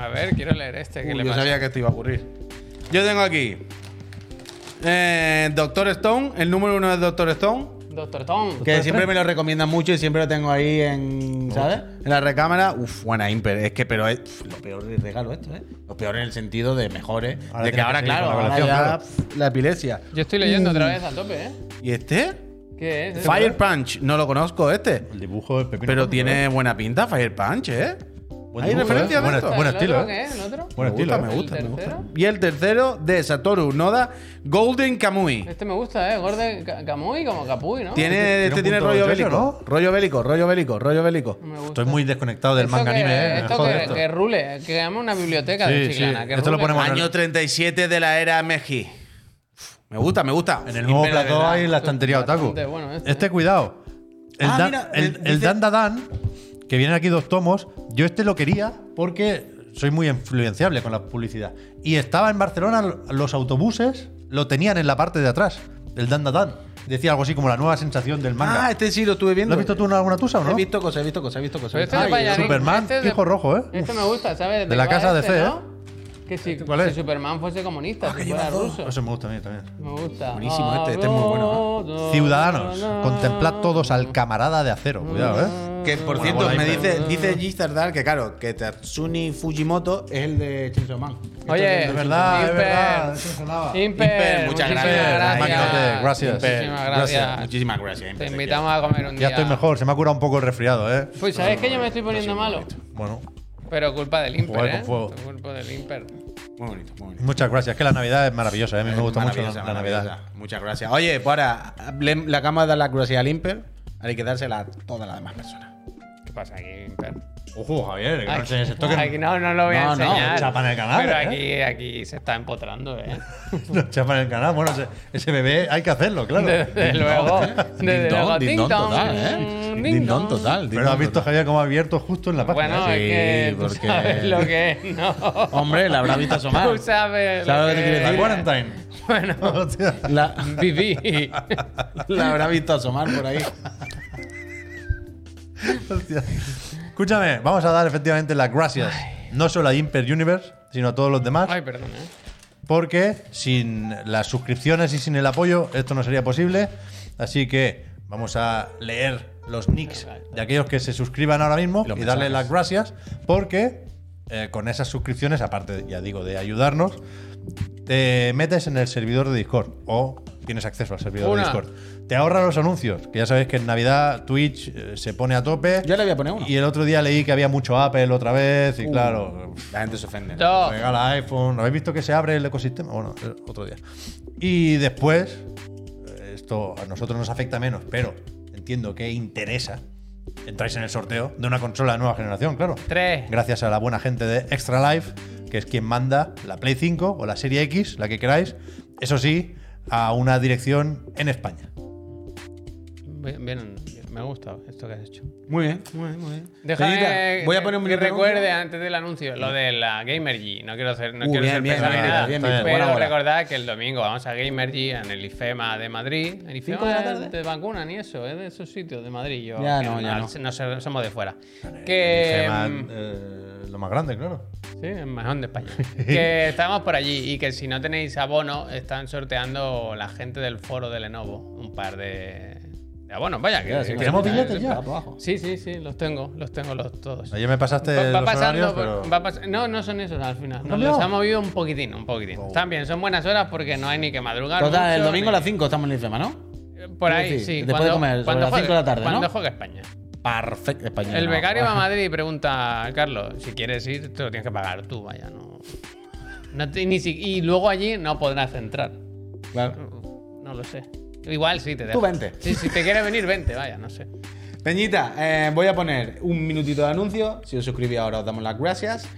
A ver, quiero leer este. ¿Qué Uy, le yo pasa? sabía que esto iba a ocurrir. Yo tengo aquí. eh, Doctor Stone, el número uno de Doctor Stone. Doctor Tom. Que siempre me lo recomiendan mucho y siempre lo tengo ahí en. ¿Sabes? En la recámara. Uf, buena Imper. Es que, pero es uf, lo peor de regalo esto, ¿eh? Lo peor en el sentido de mejores. Ahora tienes de que que ahora, seguir claro, con la ahora ya, evaluación, pf, la epilepsia. Yo estoy leyendo otra vez a tope, ¿eh? ¿Y este? ¿Qué es? Mm. Fire Punch. No lo conozco, este. El dibujo es pepino. Pero Punto, tiene ¿eh? buena pinta, Fire Punch, ¿eh? Buen ¿Hay dibujo, referencia ¿eh? de Buena- esto? ¿El Buen otro estilo, qué ¿eh? es? ¿El otro? Buen me gusta, estilo. me ¿eh? ¿El gusta, me gusta. tercero? Y el tercero de Satoru Noda, Golden Kamui. Este me gusta, ¿eh? Gordo Ca- Camuy como Capuy, ¿no? Tiene, este un tiene punto rollo de tercero, bélico. Rollo bélico, rollo bélico, rollo bélico. No me gusta. Estoy muy desconectado del Esto manga que- anime, ¿eh? Me Esto jode que, esto. que rule, que llama una biblioteca de Sí, Chiclana. sí. que Esto lo rule. ponemos en Año 37 de la era Meji. Uf, Me gusta, me gusta. En el nuevo Impera, plató ¿verdad? hay la estantería Otaku. bastante bueno este, este. cuidado. El, Ah, Dan- mira, el- el- el dice- Dan Da Dan, que vienen aquí dos tomos, yo este lo quería porque soy muy influenciable con la publicidad. Y estaba en Barcelona, los autobuses lo tenían en la parte de atrás, el Dan Da Dan. Decía algo así como la nueva sensación del manga. Ah, este sí lo estuve viendo. ¿Lo has visto tú en alguna tusa o He no? visto cosas, he visto cosas, he visto cosas. Pero este es de Ay, Payarín. Superman, Este es de- hijo rojo, ¿eh? Este me gusta, ¿sabes? De la qué va casa de este, fe, ¿eh? ¿no? Que si, cuál si es? Ah, Superman fuese comunista, si fuera ruso. Eso me gusta a mí también. Me gusta. Buenísimo este, este es muy bueno, Ciudadanos, contemplad todos al camarada de acero. Cuidado, ¿eh? Que por Bueno, cierto, bueno, me ahí, dice, dice G. Dark que claro, que Tatsuni Fujimoto es el de Chainsaw Man. Esto Oye, es Es el de- verdad, es Imper. verdad. eso me sonaba. Imper, Imper, muchas muchas gracias. gracias. Magnote, gracias. Muchísimas Gracias, pues, gracias. Muchísimas gracias. Imper, Te te invitamos a comer un día. Ya estoy mejor, se me ha curado un poco el resfriado, ¿eh? Pues sabes que yo me estoy poniendo malo. Bueno, Pero culpa del Imper, Jugar con ¿eh? fuego. Culpa del Imper. quiero. Muy bonito, muy bonito. muchas gracias. Es que la Navidad es maravillosa, ¿eh? a mí me gusta mucho la, Maravillosa, la Navidad. maravillosa. Muchas gracias. Oye, pues ahora, le- la cama da la curiosidad al Imper, ahora hay que dársela a todas las demás personas. ¿Qué pasa aquí, Imper? Ojo, Javier, que no Aquí, enseñes esto, que no- aquí no, no lo voy a No, no, enseñar. chapa en el canal, Pero ¿eh? aquí, aquí se está empotrando, ¿eh? no chapan el canal. Bueno, ese, ese bebé hay que hacerlo, claro. Desde luego. Desde luego. Ding Ding dong dong. total, ¿eh? Mm, Ding dong dong. total. ding Pero has dong visto, total. Javier, cómo ha abierto justo en la página. Bueno, ¿eh? es que Sí, tú porque- sabes lo que es, ¿no? Hombre, la habrá visto asomar. Tú sabes lo ¿Sabes lo que que quiere La decir? es. quarantine. Bueno, Hostia. La, viví. la habrá visto asomar por ahí. Hostia. Escúchame, vamos a dar efectivamente las gracias. No solo a Imper Universe, sino a todos los demás. Ay, perdón, ¿eh? porque sin las suscripciones y sin el apoyo esto no sería posible. Así que Vamos a leer los nicks de aquellos que se suscriban ahora mismo Y los y darle mensajes. las gracias porque eh, con esas suscripciones, aparte, ya digo, de ayudarnos, te metes en el servidor de Discord o tienes acceso al servidor Una. de Discord. Te ahorra los anuncios, que ya sabéis que en Navidad Twitch eh, se pone a tope. Yo le voy a poner uno. Y el otro día leí que había mucho Apple otra vez y Uh. claro, La gente se ofende. ¿no? Dos. regala iPhone. ¿Habéis visto que se abre el ecosistema? Bueno, eh, otro día. Y después, eh, esto a nosotros nos afecta menos, pero entiendo que interesa. Entráis en el sorteo de una consola de nueva generación, claro. Tres. Gracias a la buena gente de Extra Life, que es quien manda la Play 5 o la Serie X, la que queráis. Eso sí, a una dirección en España. Bien, bien, me ha gustado esto que has hecho. Muy bien. Muy bien, muy bien. Dedita, voy a poner un que minuto de recuerde antes del anuncio lo de la GamerG. No quiero hacer, no Uh, quiero bien, ser bien, pesado ni bien, nada. bien, bien, pero buena hora. recordad que el domingo vamos a GamerG en el IFEMA de Madrid. El IFEMA ¿Cinco de la tarde? te vacunan y eso, es de esos sitios de Madrid. Yo, Ya que no, ya no. so- somos de fuera. El Que. tema, mm, eh, lo más grande, claro. Sí, en Majón de España. que estamos por allí y que si no tenéis abono, están sorteando la gente del foro de Lenovo un par de, de abonos. Vaya, que, Ya, sí, que- ¿Tenemos que- billetes ya? Sí, sí, sí, los tengo, los tengo los todos. Ayer me pasaste Va- va los horarios, pero... va pas- no, no son esos al final. Nos cambiado? los ha movido un poquitín, un poquitín. Oh. Están bien, son buenas horas porque no hay ni que madrugar. Total, el mucho, domingo a ni- las 5 estamos en el IFEMA, ¿no? Por quiero ahí, decir, sí. después de comer, sobre las juegue- cinco de la tarde, ¿no? Cuando juega España. Perfecto, español. El no. pues. becario va a Madrid y pregunta, Carlos, si quieres ir, te lo tienes que pagar tú, vaya, no. no te- ni si- y luego allí no podrás entrar. Claro. No lo sé. Igual sí te dejo. Tú vente. Sí, si te quieres venir, vente, vaya, no sé. Peñita, eh, voy a poner un minutito de anuncio. Si os suscribís ahora, os damos las gracias.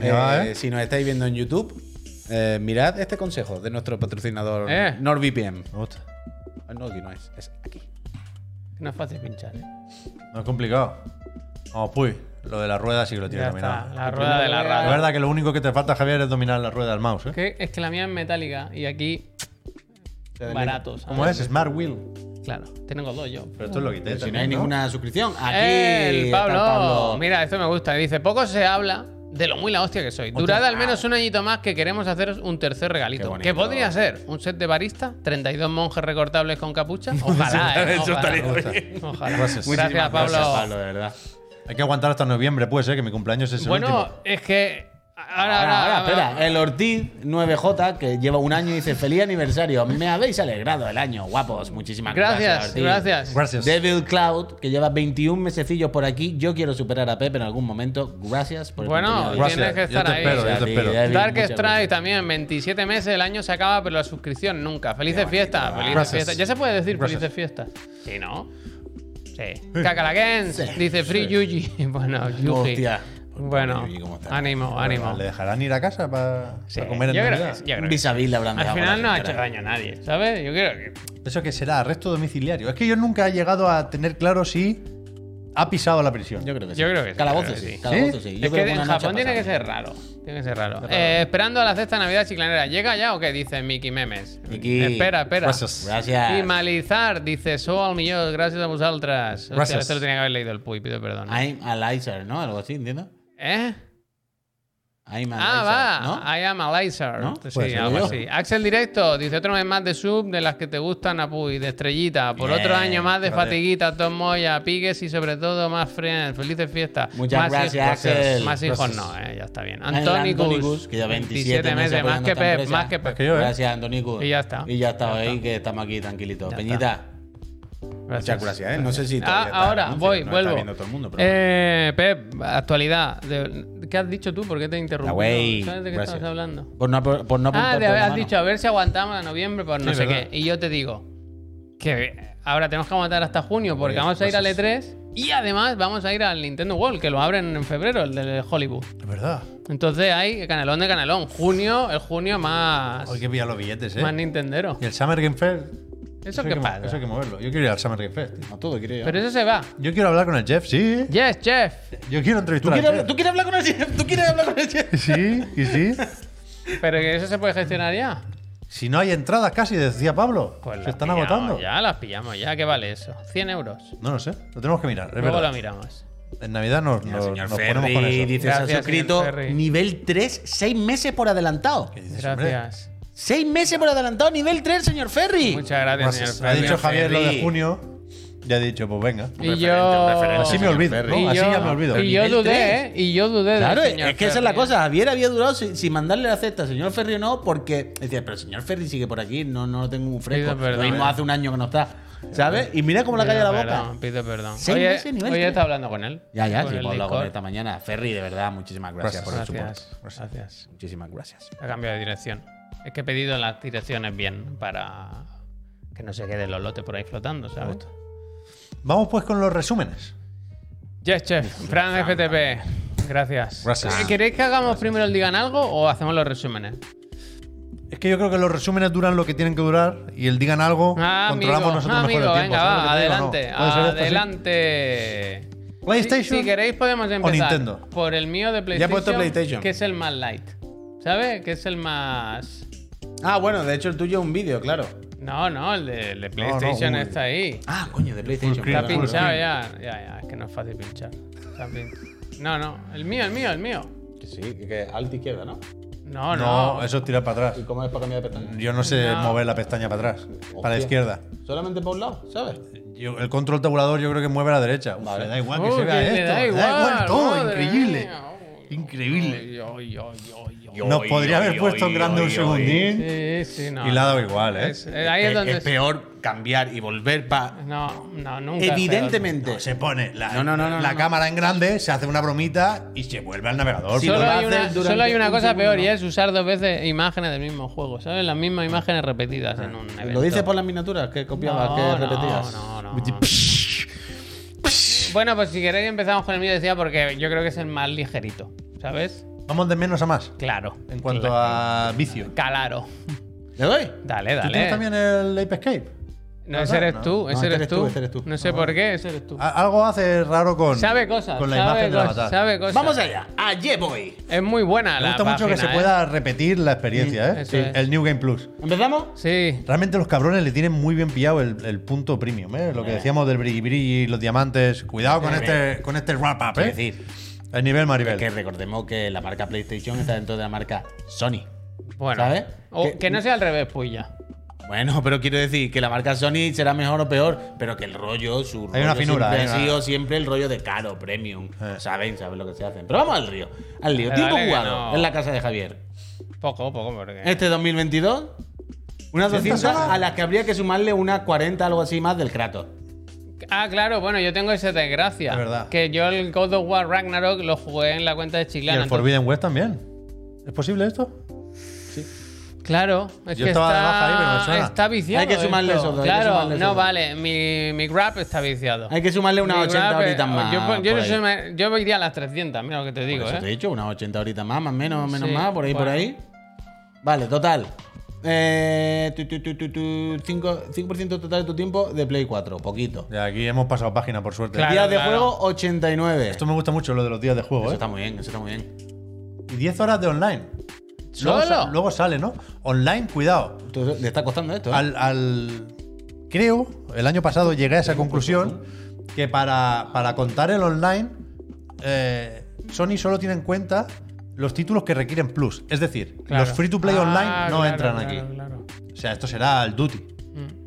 Ahí va, Eh, eh. Si nos estáis viendo en YouTube, eh, mirad este consejo de nuestro patrocinador Eh. NordVPN. Me gusta. Ah, No, aquí no es, es aquí. No es fácil pinchar. ¿eh? No es complicado. Vamos, pues, lo de la rueda sí que lo Ya tienes está, dominado. la rueda de la La rata. verdad que lo único que te falta, Javier, es dominar la rueda del mouse. ¿eh? Que es que la mía es metálica y aquí Se desliza. baratos. ¿Cómo es? Smart Wheel. Claro, tengo dos yo. Pero esto es lo quité. Pero si no también, hay ninguna suscripción, aquí ¡Eh, el está Pablo. el Pablo. Mira, esto me gusta. Dice, poco se habla de lo muy la hostia que soy. Durad al menos un añito más que queremos haceros un tercer Qué regalito. bonito. Que podría ser un set de barista, 32 monjes recortables con capucha. Ojalá, eh, Eso ojalá. estaría Ojalá. bien. Ojalá. Gracias. Gracias, Pablo. Gracias, Pablo, de verdad. Hay que aguantar hasta noviembre, pues, ¿eh? que mi cumpleaños es el Bueno, último. es que... Ahora, Ahora, ahora, ahora, ahora- espera. El Ortiz 9J, que lleva un año, dice: Feliz aniversario. Me habéis alegrado el año, guapos. Muchísimas gracias. Gracias, Ortiz". gracias. Gracias. Devil Cloud, que lleva 21 mesecillos por aquí. Yo quiero superar a Pepe en algún momento. Gracias por el Bueno, contenido de hoy. Gracias. tienes que yo estar te ahí. espero, Gracias yo a te ti, espero. David. Dark muchas Strike gracias. también, 27 meses, el año se acaba, pero la suscripción nunca. Felices fiestas, felices Gracias. fiestas. Ya se puede decir Gracias. felices fiestas. Sí, ¿no? Sí. Cacalaquens, dice Free Yuji. Bueno, Yuji. Hostia. Bueno, Yuji, ¿cómo está? ánimo, ánimo. ¿Le dejarán ir a casa para Sí, comer en yo creo Navidad? que- yo creo que- Vis a vis le habrán Al dejado final la no ha cara. hecho daño a nadie, ¿sabes? Yo creo que. Eso que será arresto domiciliario. Es que yo nunca he llegado a tener claro si ha pisado la prisión. Yo creo que sí. Yo creo que sí, Calabozo creo que sí. sí. Calabozo sí. Yo es creo que una en noche Japón tiene que pasada. ser raro. Tiene que ser raro. Eh, esperando a la cesta de Navidad chiclanera. ¿Llega ya o qué? Dice Mickey Memes. Miki. Espera, espera. Gracias. Gracias. Y Malizar dice, so al millón, gracias a vosotras. Hostia, Gracias. esto lo tenía que haber leído el Puy, pido perdón. I'm a Lizer, ¿no? Algo así, ¿entiendes? ¿Eh? I'm a Ah, Lizer, ¿no? va. I am a Lizard. ¿No? Sí, Pues, algo yo. así. Axel Directo dice otro mes más de sub de las que te gustan a Puy, de estrellita. Por Bien, otro año más de vale. fatiguita, Tom Moya, Pigues y sobre todo más friends. Felices fiestas. Muchas Más gracias, hijos- Axel. Más hijos Gracias. no, eh, ya está bien. El Antonicus, Antonicus, que ya 27 meses más que apoyando a esta Pep, empresa. más que Más Pep. que yo, ¿eh? Pues Gracias, Antonicus. Y ya está. Y ya está, Ya hoy está. que estamos aquí tranquilitos. Ya Peñita, Gracias. muchas gracias, ¿eh? No sé si Ah, todavía está el ahora anuncio, voy, no está vuelvo. viendo todo el mundo, pero- Eh, Pep, actualidad. De- ¿Qué has dicho tú? ¿Por qué te he interrumpido? La wey. ¿Sabes de qué Gracias. estabas hablando? Por no, por, por no Ah, apuntar de con la has mano. dicho, a ver si aguantamos a noviembre por no Sí, sé verdad. qué. Y yo te digo que ahora tenemos que aguantar hasta junio porque Pues, vamos a ir al pues E3 y además vamos a ir al Nintendo World, que lo abren en febrero, el de Hollywood. Es verdad. Entonces hay canalón de canalón. Junio, el junio más, Hay que pillar los billetes, ¿eh? más Nintendero. Y el Summer Game Fest. Eso hay qué que mo- pasa. Eso hay que moverlo. Yo quiero ir al Summer Game Fest. tío. A todo, quiero yo. Pero eso se va. Yo quiero hablar con el Jeff, sí. Yes, Jeff. Yo quiero ¿Tú entrevistar quieres, al hablar, Jeff. ¿Tú quieres hablar con el chef? ¿Tú quieres hablar con el chef? Sí, y sí. Pero que eso se puede gestionar ya. Si no hay entradas casi, decía Pablo. Pues Pues se las están pillamos agotando. Ya las pillamos, ya. ¿Qué vale eso? 100 euros. No lo sé. Lo tenemos que mirar. Es Luego verdad. lo miramos. En Navidad nos, nos- señor nos ponemos con Ferri eso. dice, se ha Gracias, suscrito señor Ferri. nivel 3, 6 meses por adelantado. ¿Qué dices, hombre? Gracias. 6 meses por adelantado, nivel 3, señor Ferry. Muchas gracias, Gracias. señor Pues Ha Ferri. dicho Javier lo de Ferri. junio. Ya he dicho, pues venga. Y yo- Así me olvido, Ferry. ¿no? Y Así yo- ya me olvido. Y yo Nivel dudé, ¿eh? tres. Y yo dudé. del Claro, es señor que esa es la Ferri, ¿eh? cosa. Javier había durado sin, sin mandarle la cesta al señor Ferri o no, porque decía, pero el señor Ferri sigue por aquí, no, no lo tengo un fresco. Pido perdón, Lo mismo eh. hace un año que no está. ¿Sabes? Y mira cómo le calla la Pido boca. perdón, Pido perdón. Seis Hoy meses, nivel he, hoy he tres. estado hablando con él. Ya, ya, Con sí, el pues lo Discord. hablé esta mañana. Ferri, de verdad, muchísimas gracias, por el Gracias. soporte. Gracias. Muchísimas gracias. He cambiado de dirección. Es que he pedido las direcciones bien para que no se quede el olote por ahí flotando, ¿sabes? Vamos pues con los resúmenes. Yes, chef. Fran FTP. Gracias. Gracias. Eh, ¿Queréis que hagamos primero el digan algo o hacemos los resúmenes? Es que yo creo que los resúmenes duran lo que tienen que durar y el digan algo, Ah, controlamos amigo, nosotros ah, mejor amigo, el tiempo. venga, ¿sabes va, lo que te digo? No. ¿Puede ser adelante. esto así? adelante. Si, PlayStation si queréis podemos empezar Nintendo? por el mío de Ya PlayStation, he puesto PlayStation. que es el más light. ¿Sabes? Que es el más Ah, bueno, de hecho el tuyo es un vídeo, claro. No, no, el de, el de no, PlayStation uy. está ahí. Ah, coño, de PlayStation. Full Está screen, perdón. full pinchado ya. Ya, ya, es que no es fácil pinchar. Está pin- No, no, el mío, el mío, el mío. Que Sí, que alta izquierda, ¿no? No, no. no, eso es tirar para ¿Y atrás. cómo es para cambiar de pestaña? Yo no sé No. mover la pestaña para atrás, para la Hostia. izquierda. Solamente por un lado, ¿sabes? Yo- el control tabulador yo creo que mueve a la derecha. Uf, Vale. Le da igual que Uh, se que vea le esto. da igual, todo, madre increíble. mía. Uy, Increíble. uy, uy, uy, uy, uy. Nos podría haber puesto en grande un segundín Sí, sí, no. y le ha dado igual, ¿eh? Es- eh, ahí es donde. es peor cambiar y volver para. No, no, nunca. es peor. Evidentemente. No, se pone la, No, no, no, no, la no. cámara en grande, se hace una bromita y se vuelve al navegador. Sí, Pero lo Solo va a hay, hacer una, durante solo hay una un cosa segundo, peor ¿no? y es usar dos veces imágenes del mismo juego, ¿sabes? Las mismas imágenes repetidas en un evento. ¿Lo dices por las miniaturas que copiabas, No, que no, repetías? no, no. Bueno, pues si queréis empezamos con el mío, decía, porque yo creo que es el más ligerito, ¿sabes? Vamos de menos a más Claro. en cuanto Cla- a vicio. Claro. ¿Le doy? Dale, ¿Tú dale. tienes también el Ape Escape? No, ese eres tú, ese este eres eres tú. tú, este eres tú. No sé por qué, ese eres tú. A- Algo hace raro con, Sabe cosas, con la sabe imagen de la cosas, batalla. sabe cosas. Vamos allá. Allí voy. Es muy buena Me la gusta mucho que se página, ¿eh? pueda repetir la experiencia, Mm, ¿eh? eso es. El New Game Plus. ¿Empezamos? Sí. Realmente los cabrones le tienen muy bien pillado el, el punto premium, ¿eh? Lo que decíamos del brilli brilli, los diamantes. Cuidado con este, con este wrap up, Es ¿eh? decir, El nivel Maribel. que recordemos que la marca PlayStation está dentro de la marca Sony. Bueno. ¿Sabes? O Que- que no sea al revés, pues ya. Bueno, pero quiero decir que la marca Sony será mejor o peor, pero que el rollo, su rollo una finura, siempre hay ha una- sido siempre el rollo de caro, premium. Eh. Saben, saben lo que se hacen. Pero vamos al río. Al lío. Dale, Tiempo que jugado Eh, no. Eh. en la casa de Javier. Poco, poco, porque. Este 2022, unas 200 horas? a las que habría que sumarle unas 40, algo así más del Kratos. Ah, claro, bueno, yo tengo esa desgracia. Es verdad. Que yo el God of War Ragnarok lo jugué en la cuenta de y Chiclana. el entonces- Forbidden West también. ¿Es posible esto? Claro, es Yo que estaba de está, baja ahí, pero me suena. está viciado. Hay que sumarle esto. esos dos, hay que Claro, sumarle esos no dos. vale. Mi, mi grab está viciado. Hay que sumarle unas Mi 80 grab, eh, horitas más. Yo, yo, por ahí. se me- yo iría a las 300, mira lo que te digo, Por eso ¿eh? te he dicho, unas 80 horitas más, más menos, menos Sí, más, por ahí, por bueno. ahí. Vale, total. Eh, tu, tu, tu, tu, tu, cinco- 5% total de tu tiempo de Play 4, poquito. Ya, aquí hemos pasado página, por suerte. Claro. Días de juego, 89. Esto me gusta mucho, lo de los días de juego, eso ¿eh? está muy bien, eso está muy bien. Y 10 horas de online. Luego, ¿Solo? sa- luego sale, ¿no? Online, cuidado. Entonces, le está costando esto, ¿eh? Al, al- Creo, el año pasado llegué a esa conclusión que para, para contar el online, eh, Sony solo tiene en cuenta los títulos que requieren plus. Es decir, Claro. los free to play Ah, online no claro, entran claro, Mm. aquí. claro. O sea, esto será el Duty,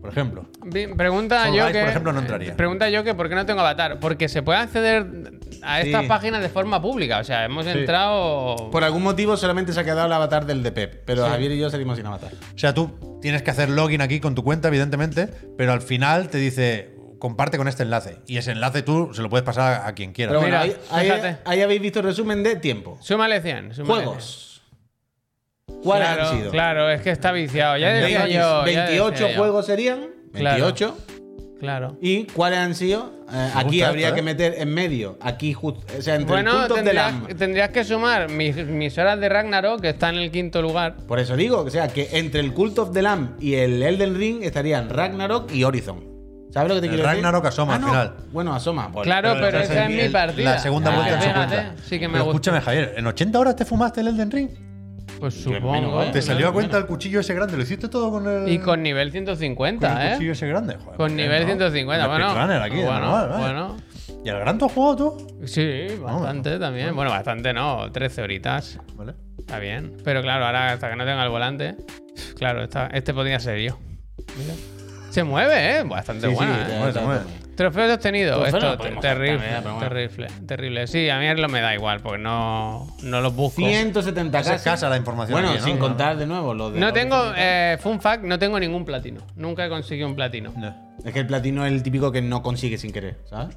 por ejemplo. Bien, Pregunta Fall yo Guys, que. por ejemplo, no entraría. Pregunta yo que por qué no tengo avatar. Porque se puede acceder a estas Sí. páginas de forma pública. O sea, hemos entrado. Por algún motivo solamente se ha quedado el avatar del de Pep, pero Javier y yo salimos sin avatar. O sea, tú tienes que hacer login aquí con tu cuenta, evidentemente, pero al final te dice comparte con este enlace. Y ese enlace tú se lo puedes pasar a quien quieras. Pero bueno, Mira, ahí, ahí- fíjate. ahí habéis visto el resumen de tiempo. Súmale 100. súmale 100. Juegos. ¿Cuáles claro, han sido? Claro, es que está viciado. Ya Veis, decía yo. ya 28 decía yo. juegos serían. Claro. 28. Claro. ¿Y cuáles han sido? Eh, aquí gusta habría esto, ¿eh? que meter en medio. Aquí justo. O sea, entre Bueno, el punto de tendrías, la. tendrías que sumar mis, mis horas de Ragnarok, que está en el quinto lugar. Por eso digo, o sea, que entre el Cult of the Lamb y el Elden Ring estarían Ragnarok y Horizon. ¿sabes lo que te El quiero decir? Ragnarok asoma Ah, al no. final. Bueno, asoma. pues. Claro, pero, Pero el- esa es mi el- partida. La segunda Ah, vuelta ya. en su Fíjate, cuenta. sí que me Pero gusta. escúchame, Javier, ¿en 80 horas te fumaste el Elden Ring? Pues menos, supongo. ¿eh? ¿Te ¿no? salió a cuenta el cuchillo ese grande? ¿Lo hiciste todo con el, Y con con nivel el 150, cuchillo ¿eh? ese grande? Joder, Con ¿no? nivel 150, Un speedrunner bueno. aquí, de bueno, normal, ¿vale? bueno. ¿Y el gran juego tú? Sí, bastante también. Bueno, bastante no, 13 horitas. Vale. Está bien. Pero claro, ahora hasta que no tenga el volante. Claro, esta- este podría ser yo. Mira. Se mueve, ¿eh? Bastante Sí, sí, buena, está- ¿eh? Bueno, está- bueno. está- Tú Trofeos obtenidos. Trofeos Esto, no podemos terrible, sacar, ¿eh? Pero bueno. terrible, terrible. Sí, a mí lo me da igual, porque no, no los busco. 170 Es casas. escasa la información Bueno, aquí, ¿no? sin contar de nuevo lo de. No lo tengo, de- eh, fun fact, no tengo ningún platino. Nunca he conseguido un platino. No. Es que el platino es el típico que no consigue sin querer, ¿sabes?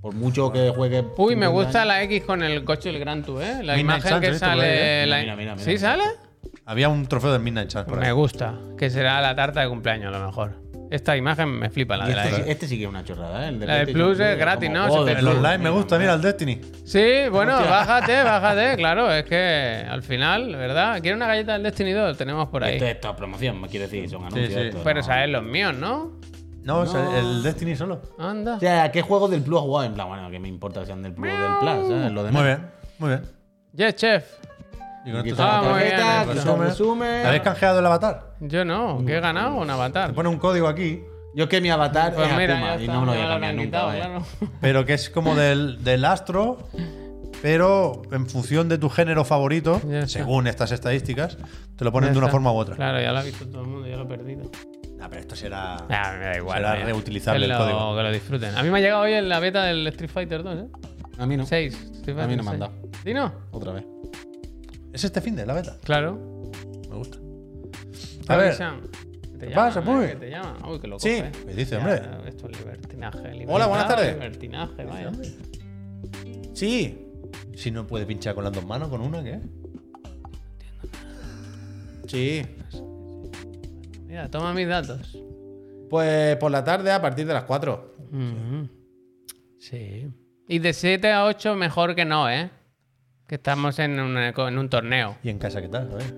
Por mucho que juegue. Uy, me 50 gusta años. la X con el coche del Gran Tour, ¿eh? La Midnight imagen Suns, que ¿eh? Esto sale. por ahí, ¿eh? la- Mira, mira, mira, ¿Sí mira. sale? Había un trofeo de Midnight Suns por Me ahí. gusta. Que será la tarta de cumpleaños, a lo mejor. Esta imagen me flipa, la Y de la este, sí, X. este sí que es una chorrada, ¿eh? El, de La de PlayStation Plus es Plus, gratis, como ¿no? joder, Se te- El online me gusta, mira, el Destiny. Sí, bueno, bájate, bájate, claro. Es que al final, ¿verdad? ¿Quieres una galleta del Destiny 2? Tenemos por ahí. Este Esto es toda promoción, me quiero decir, son anuncios. sí. estos, Pero ¿no? sabes los míos, ¿no? No, es el- el Destiny solo. Anda. O sea, ¿a ¿qué juego del Plus ha jugado? En plan, bueno, que me importa que sean del Plus o del Plus, ¿sabes? Lo de Muy bien, muy bien. Yes, chef. Y con esto Quita la Ah, muy bien, tarjeta, el pues, quita el resumen. resumen. ¿Habéis canjeado el avatar? Yo no, que he ganado un avatar. Te pone un código aquí, Yo es que mi avatar Pues es mira, Akuma ya y está, no me lo voy ya a cambiar han nunca. quitado, vaya. claro. pero que es como del, del astro, pero en función de tu género favorito, Ya está. según estas estadísticas, te lo ponen Ya de una está. forma u otra. Claro, ya lo ha visto todo el mundo, ya lo he perdido. Ah, pero esto será. Ah, me da igual. Será mira. reutilizable Que el lo- código. Que lo disfruten. A mí me ha llegado hoy en la beta del Street Fighter 2, ¿eh? A mí no. 6. Street Fighter A mí no me han 6. dado. ¿Dino? Otra vez. Es este fin de la beta. Claro. Me gusta. A Javi ver, Chan, que te pasa, llaman, pues? ¿eh? Que te llaman. Uy, que lo Sí, coge. me dice, Ya, hombre. Esto es libertinaje. Hola, buenas libertinaje, tardes. Libertinaje, vaya. sí. Si no puede pinchar con las dos manos, con una, ¿qué? Sí. Mira, toma mis datos. Pues por la tarde a partir de las 4. Mhm. Sí. Y de 7 a 8 mejor que no, ¿eh? Que estamos en, una co- en un torneo. ¿Y en casa qué tal? A ver.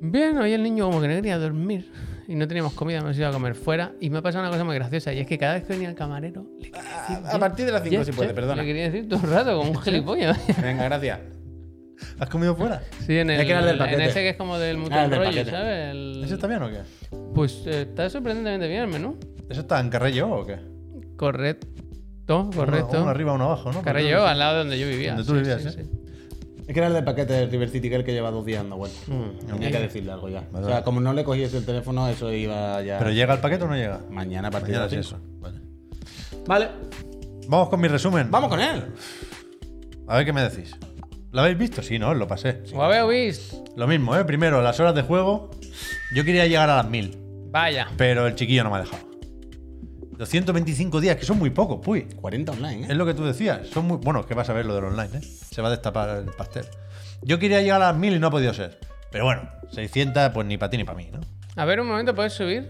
Bien, hoy el niño como que no quería dormir y no teníamos comida, hemos ido a comer fuera y me ha pasado una cosa muy graciosa y es que cada vez que venía el camarero le quería decir, A, a partir de las 5 "Yes, si puede, chef", perdona. Le quería decir todo el rato como un gilipollas. Venga, gracias. ¿Has comido fuera? Sí, en el, Es que era el del en paquete. ese que es como del mutuo Ah, el del rollo, paquete. ¿sabes? El- ¿Eso está bien o qué? Pues eh, está sorprendentemente bien el menú. ¿Eso está en Carrello o qué? Correcto, Uno, correcto. uno arriba, uno abajo, ¿no? Carrillo, al lado de donde yo vivía. Donde tú vivías, ¿eh? Es que era el del paquete del River City que el que lleva dos días dando vueltas. Hmm. Tenía que decirle algo ya. O sea, como no le cogías el teléfono, eso iba ya. ¿Pero llega el paquete o no llega? mañana a partir Mañana de es las eso. 5. Vale. Vale, Vamos con mi resumen. vamos con él. A ver qué me decís. ¿Lo habéis visto? Sí, ¿no? Lo pasé. ¿O habéis visto? Lo mismo, ¿eh? Primero, las horas de juego. Yo quería llegar a las 1000, Vaya. pero el chiquillo no me ha dejado. 225 días, que son muy pocos, puy. 40 online, ¿eh? Es lo que tú decías. Son muy. Bueno, es que vas a ver lo del online, ¿eh? Se va a destapar el pastel. Yo quería llegar a las 1000 y no ha podido ser. Pero bueno, 600, pues ni para ti ni para mí, ¿no? A ver, un momento, ¿puedes subir?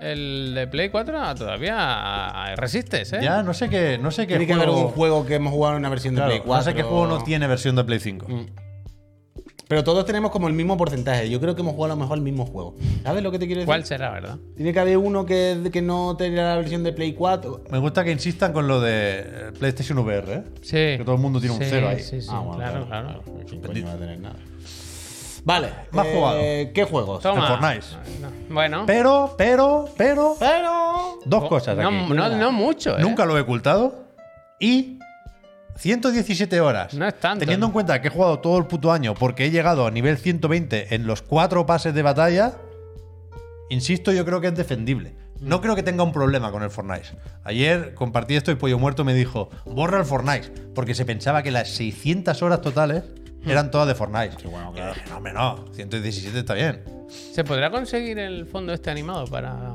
El de Play 4 todavía resistes, ¿eh? Ya no sé qué. No sé qué Tiene que haber juego- un juego que hemos jugado en una versión de Claro, Play Mm. 4. No sé qué juego no tiene versión de Play 5. Pero todos tenemos como el mismo porcentaje. Yo creo que hemos jugado a lo mejor el mismo juego. ¿Sabes lo que te quiero decir? ¿Cuál será, verdad? Tiene que haber uno que, que no tenga la versión de Play 4. Me gusta que insistan con lo de eh, PlayStation VR, ¿eh? Sí. Que todo el mundo tiene un Sí, cero ahí. Sí, sí, Ah, bueno, claro, claro. ¿Quién coño va a tener nada? Vale. eh, Más jugado. ¿Qué juegos? Toma. Fortnite. No. Bueno. Pero, pero, pero. Pero. Dos cosas No, aquí. no, no mucho, ¿eh? Nunca lo he ocultado. Y 117 horas. No es tanto. ¿eh? Teniendo en cuenta que he jugado todo el puto año porque he llegado a nivel 120 en los cuatro pases de batalla, insisto, yo creo que es defendible. No creo que tenga un problema con el Fortnite. Ayer compartí esto y Pollo Muerto me dijo, borra el Fortnite, porque se pensaba que las 600 horas totales eran todas de Fortnite. bueno, Y yo dije, no, hombre, no, 117 está bien. ¿Se podrá conseguir el fondo este animado para.?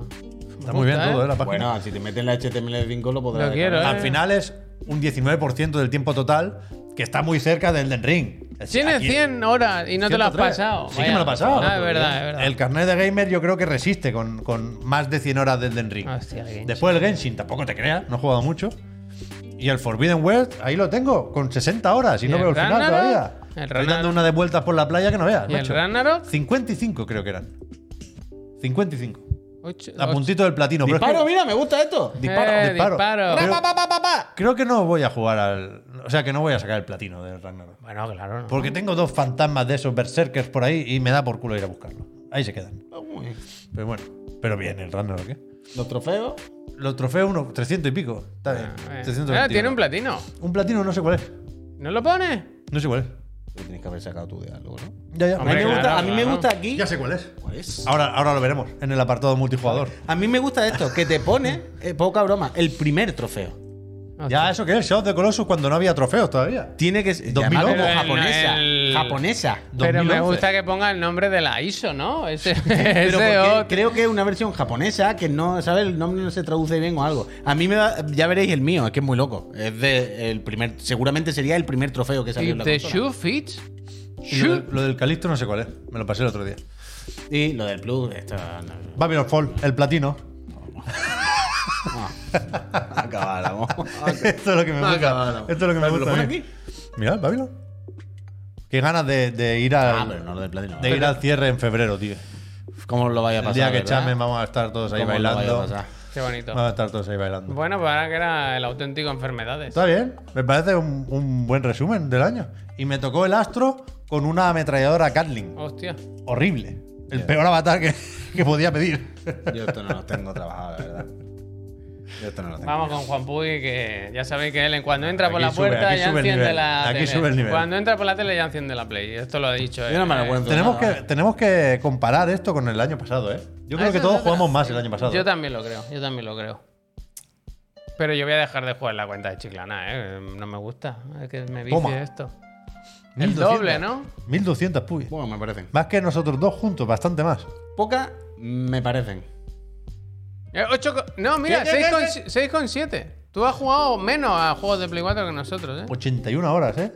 Está muy bien todo, ¿eh? La página. Bueno, si te meten la HTML5 lo podrás. Lo quiero, dejar. ¿eh? Al final es un 19% del tiempo total que está muy cerca del Den Ring. Es decir, Tienes aquí- 100 horas y no te lo has 103. pasado. Sí Vaya. que me lo he pasado. Ah, es verdad, es verdad. El carnet de gamer yo creo que resiste con, con más de 100 horas del Den Ring. Hostia, el Genshin. Después el Genshin, tampoco te creas, no he jugado mucho. Y el Forbidden West, ahí lo tengo, con 60 horas y ¿Y no el veo el final Ragnarok? todavía. El Estoy Ragnarok. dando una de vueltas por la playa que no veas. ¿Y el macho. Ragnarok? 55 creo que eran. 55. Ocho- A puntito del platino. pero es que- Disparo, mira, me gusta esto. Eh, Disparo, disparo. Pa, pa, pa, pa, pa. Creo que no voy a jugar al. O sea, que no voy a sacar el platino del Ragnarok. Bueno, claro. no. Porque tengo dos fantasmas de esos berserkers por ahí y me da por culo ir a buscarlo. Ahí se quedan. Uy, Pero bueno, pero bien, el Ragnarok, ¿eh? Los trofeos. Los trofeos, uno, 300 y pico. Está bien. Eh, 321. mira, tiene un platino. Un platino, no sé cuál es. ¿No lo pone? No sé cuál es. Lo tienes que haber sacado tú de algo, ¿no? Ya, ya. a mí, me, Hombre, gusta, claro, a mí me claro. gusta aquí. Ya sé cuál es. ¿Cuál es? Ahora, ahora lo veremos en el apartado multijugador. A mí me gusta esto, que te pone, eh, poca broma, el primer trofeo. Ya, ¿eso qué es? Shadow of the Colossus cuando no había trofeos todavía. Tiene que ser. 2011. llamarlo Pero el- japonesa. el- Japonesa. Pero me 2011. gusta que ponga el nombre de la ISO, ¿no? Ese, Pero ese porque otro. creo que es una versión japonesa que no, ¿sabes? El nombre no se traduce bien o algo. A mí me da, ya veréis el mío, es que es muy loco. Es de el primer, seguramente sería el primer trofeo que salió en ¿Y la ¿The consola. Shoe Fits? Y Lo, del- lo del Calixto no sé cuál es. Me lo pasé el otro día. Y lo del plus, esto no, Babylon Fall, el platino. acabáramos. Esto es lo que Ah, me gusta. Esto es lo que me ¿Lo gusta. pone a mí. aquí? Mira, el Babylon. Qué ganas de, de ir Ah, al. pero no lo del platino. de ir al cierre en febrero, tío. ¿Cómo lo vaya a El pasar? día que verdad? chamen vamos a estar todos ahí ¿Cómo lo vaya a bailando. pasar? Qué bonito. Vamos a estar todos ahí bailando. Bueno, pues ahora que era el auténtico enfermedades. Está bien, me parece un, un buen resumen del año. Y me tocó el astro con una ametralladora Gatling. Hostia. Horrible. El peor avatar que, que podía pedir. Yo esto no lo tengo trabajado, la verdad. Yo esto no lo tengo. Vamos con Juan Puy, que ya sabéis que él en cuando entra por Aquí la sube, puerta aquí ya sube el enciende nivel, la aquí tele. sube el nivel. Cuando entra por la tele ya enciende la play. Esto lo he dicho. Yo no me eh. aguanto. Pues Tenemos nada, que, vale. tenemos que comparar esto con el año pasado, ¿eh? Yo creo Ah, eso que es todos otra. jugamos más el año pasado. Yo también lo creo, yo también lo creo. Pero yo voy a dejar de jugar la cuenta de Chiclana, ¿eh? No me gusta. Es que me vicie Toma. esto. El doble, ¿no? 1200, puy. Bueno, me parecen. Más que nosotros dos juntos, bastante más. Pocas me parecen. Eh, ocho co- no, mira, ¿Qué, qué, qué, 6,7. Tú has jugado menos a juegos de Play 4 que nosotros, ¿eh? 81 horas, ¿eh?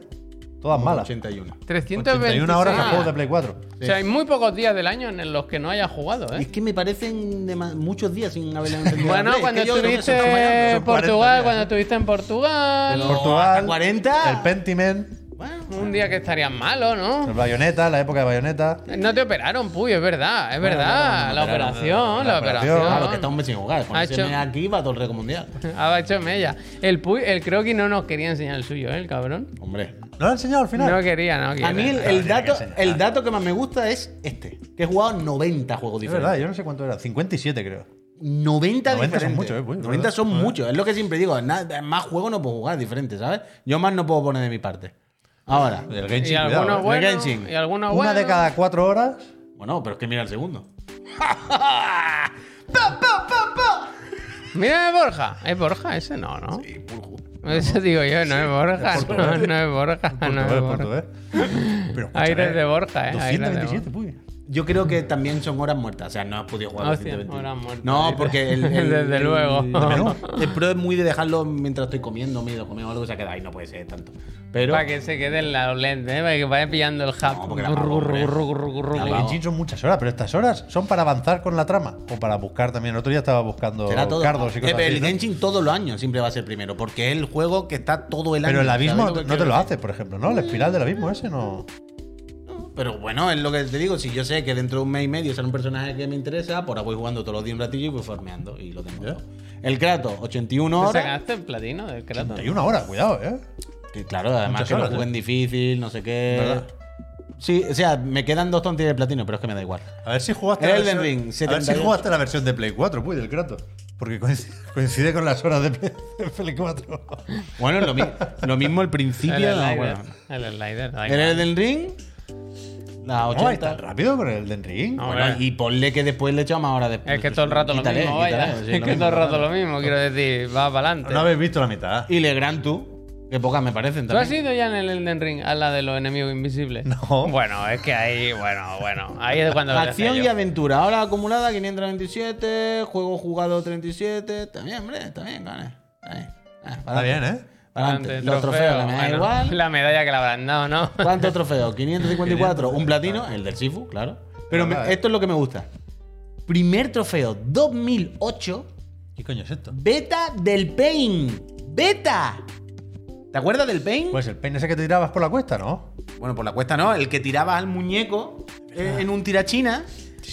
Todas malas. 81. 321 81 horas a juegos de Play 4. O sea, hay muy pocos días del año en los que no hayas jugado, Es ¿eh? que me parecen de ma- muchos días sin haberla entendido. Bueno, Es que cuando yo creo que estuviste son fallando, en son 40 Portugal, días, cuando ¿eh? estuviste en Portugal, Pero- Portugal, ¿hasta 40? el Pentiment, Bueno, un día que estarías malo, el ¿no? Bayonetta, la época de Bayonetta. No te operaron, Puy, es verdad, es verdad. La operación, la operación. claro, que está operación. un mes sin jugar. Cuando Ha se hecho- me aquí va todo el récord mundial. Ha Ah, hecho mella. El Puy, el croquis no nos quería enseñar el suyo, ¿eh? El cabrón. Hombre. ¿No lo han enseñado al final? No quería, no quería. A mí el, el dato, el dato que más me gusta es este. Que he jugado 90 juegos es diferentes. verdad, yo no sé cuánto era. 57, creo. 90, 90 son diferentes. muchos, eh, pues, es 90 verdad. son muchos. Es lo que siempre digo. na- más juegos no puedo jugar diferentes, ¿sabes? Yo más no puedo poner de mi parte. Ahora. El Y Genshin, cuidado, algunos eh. el buenos. Genshin. Y algunos Una buenos. de cada cuatro horas. Bueno, pero es que mira el segundo. Mira, es Borja. Es Borja ese, no, ¿no? Eso digo yo, no es Borja. No, no es Borja. Ah, No es Portugal, Borja. Portugal. eh, Pero, escúchame, Aires de Borja, eh. Aires de 227, puy. Yo creo que también son horas muertas. O sea, no has podido jugar Ah, los hostia, 121. horas muertas. No, porque el, el- Desde el- luego. El, Menú. el pro es muy de dejarlo mientras estoy comiendo, miedo comer o algo, se ha quedado ahí, no puede ser tanto. Pero Para que se queden los lentes, ¿eh? para que vaya pillando el No, hub. porque la apago, hombre. La El apago. Genshin son muchas horas, pero estas horas son para avanzar con la trama o para buscar también. El otro día estaba buscando será todo. cardos y Eh, cosas pero así, el ¿no? Genshin todos los años siempre va a ser primero, porque es el juego que está todo el año. Pero el ¿sabes abismo lo que no te quiero lo haces, por ejemplo, ¿no? La espiral del abismo ese no. decir? Pero bueno, es lo que te digo. Si yo sé que dentro de un mes y medio será un personaje que me interesa, por ahora voy jugando todos los días un ratillo y voy farmeando. Y lo tengo. todo. El Kratos, 81 ¿Te horas. sacaste el este platino del Kratos? Hay una hora, cuidado, ¿eh? Que claro, además Muchas que lo horas, jueguen ¿eh? difícil, no sé qué. ¿Verdad? Sí, o sea, me quedan dos tontillas de platino, pero es que me da igual. A ver si jugaste. El la Elden versión- Ring, A ver si 78. jugaste la versión de Play 4, puy, del Kratos. Porque coincide, coincide con las horas de Play, de Play 4. Bueno, lo, mi- lo mismo el principio. El no, slider. eh. bueno. El slider. da El igual. Elden Ring, la ¿Cómo vais tan 80. rápido con el Elden Ring? No, Bueno, hombre. y ponle que después le echamos ahora después. Es que todo el rato lo Quítale, mismo, quítale, vaya. sí, Es que mismo, todo el rato claro. lo mismo, quiero decir, va para adelante. No habéis visto la mitad. Y Le Grand tú, que pocas me parecen ¿Tú has también. ido ya en el Elden Ring a la de los enemigos invisibles? No. Bueno, es que ahí, bueno, bueno. Ahí es cuando lo dejé Acción yo. y aventura, ahora acumulada 527, juego jugado 37. También, hombre, está bien, gane. Está bien, ¿eh? Ante Los trofeo, trofeos, que me da bueno, igual. La medalla que le habrán dado, ¿no? ¿Cuántos trofeos? 554. Un platino, el del Sifu, claro. Pero me- Nada, eh. esto es lo que me gusta. Primer trofeo, 2008, ¿Qué coño es esto? beta del Pain. ¡Beta! ¿Te acuerdas del Pain? Pues el peine ese que te tirabas por la cuesta, ¿no? bueno, por la cuesta no, el que tirabas al muñeco eh, Ah. en un tirachina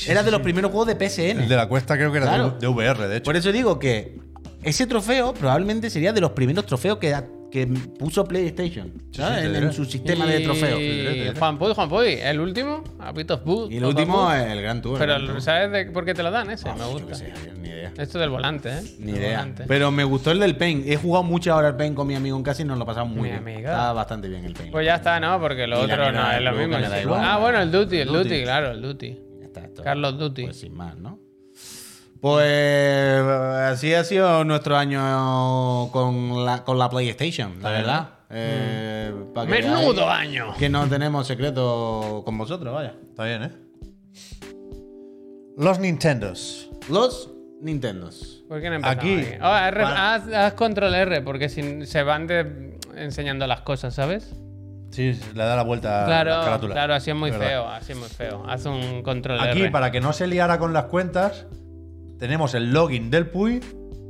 era de los primeros juegos de PSN. El de la cuesta creo que era Claro. de, de VR, de hecho. Por eso digo que ese trofeo probablemente sería de los primeros trofeos que, que puso PlayStation Sí, ¿sabes? sí, en, te en diré. su sistema de Y- trofeos. eh, Juan Puy, Juan Puy, el último, a Bit of Boot. Y el último es el Gran Tour. Pero el Gran Tour. ¿sabes de por qué te lo dan ese? Ah, me yo gusta. qué sé, Javier, ni idea. Esto del volante, ¿eh? Ni Del idea. volante. Pero me gustó el del Pain. He jugado muchas horas al Pain con mi amigo en casa y nos lo pasamos Mi muy bien. amigo. Estaba bastante bien el Pain. Pues ya está, ¿no? Porque lo Y la otro mierda no del es lo Duty, mismo. me da sí. igual. Ah, bueno, el Duty, el Duty. Duty, claro, el Duty. Ya está, esto- Carlos Duty. Pues sin más, ¿no? Pues así ha sido nuestro año con la, con la PlayStation, la verdad. Eh, Mm. pa' que ¡Menudo veáis año! Que no tenemos secreto con vosotros, vaya. Está bien, ¿eh? Los Nintendos. Los Nintendos. ¿Por qué no empezamos Aquí. aquí? Oh, R- Para- haz, haz control R, porque si se van de- enseñando las cosas, ¿sabes? Sí, sí, le da Ah, la vuelta a la claro, carátula. claro, así es muy ¿Verdad? feo, así es muy feo. Haz un control Aquí, R. para que no se liara con las cuentas, tenemos el login del Puy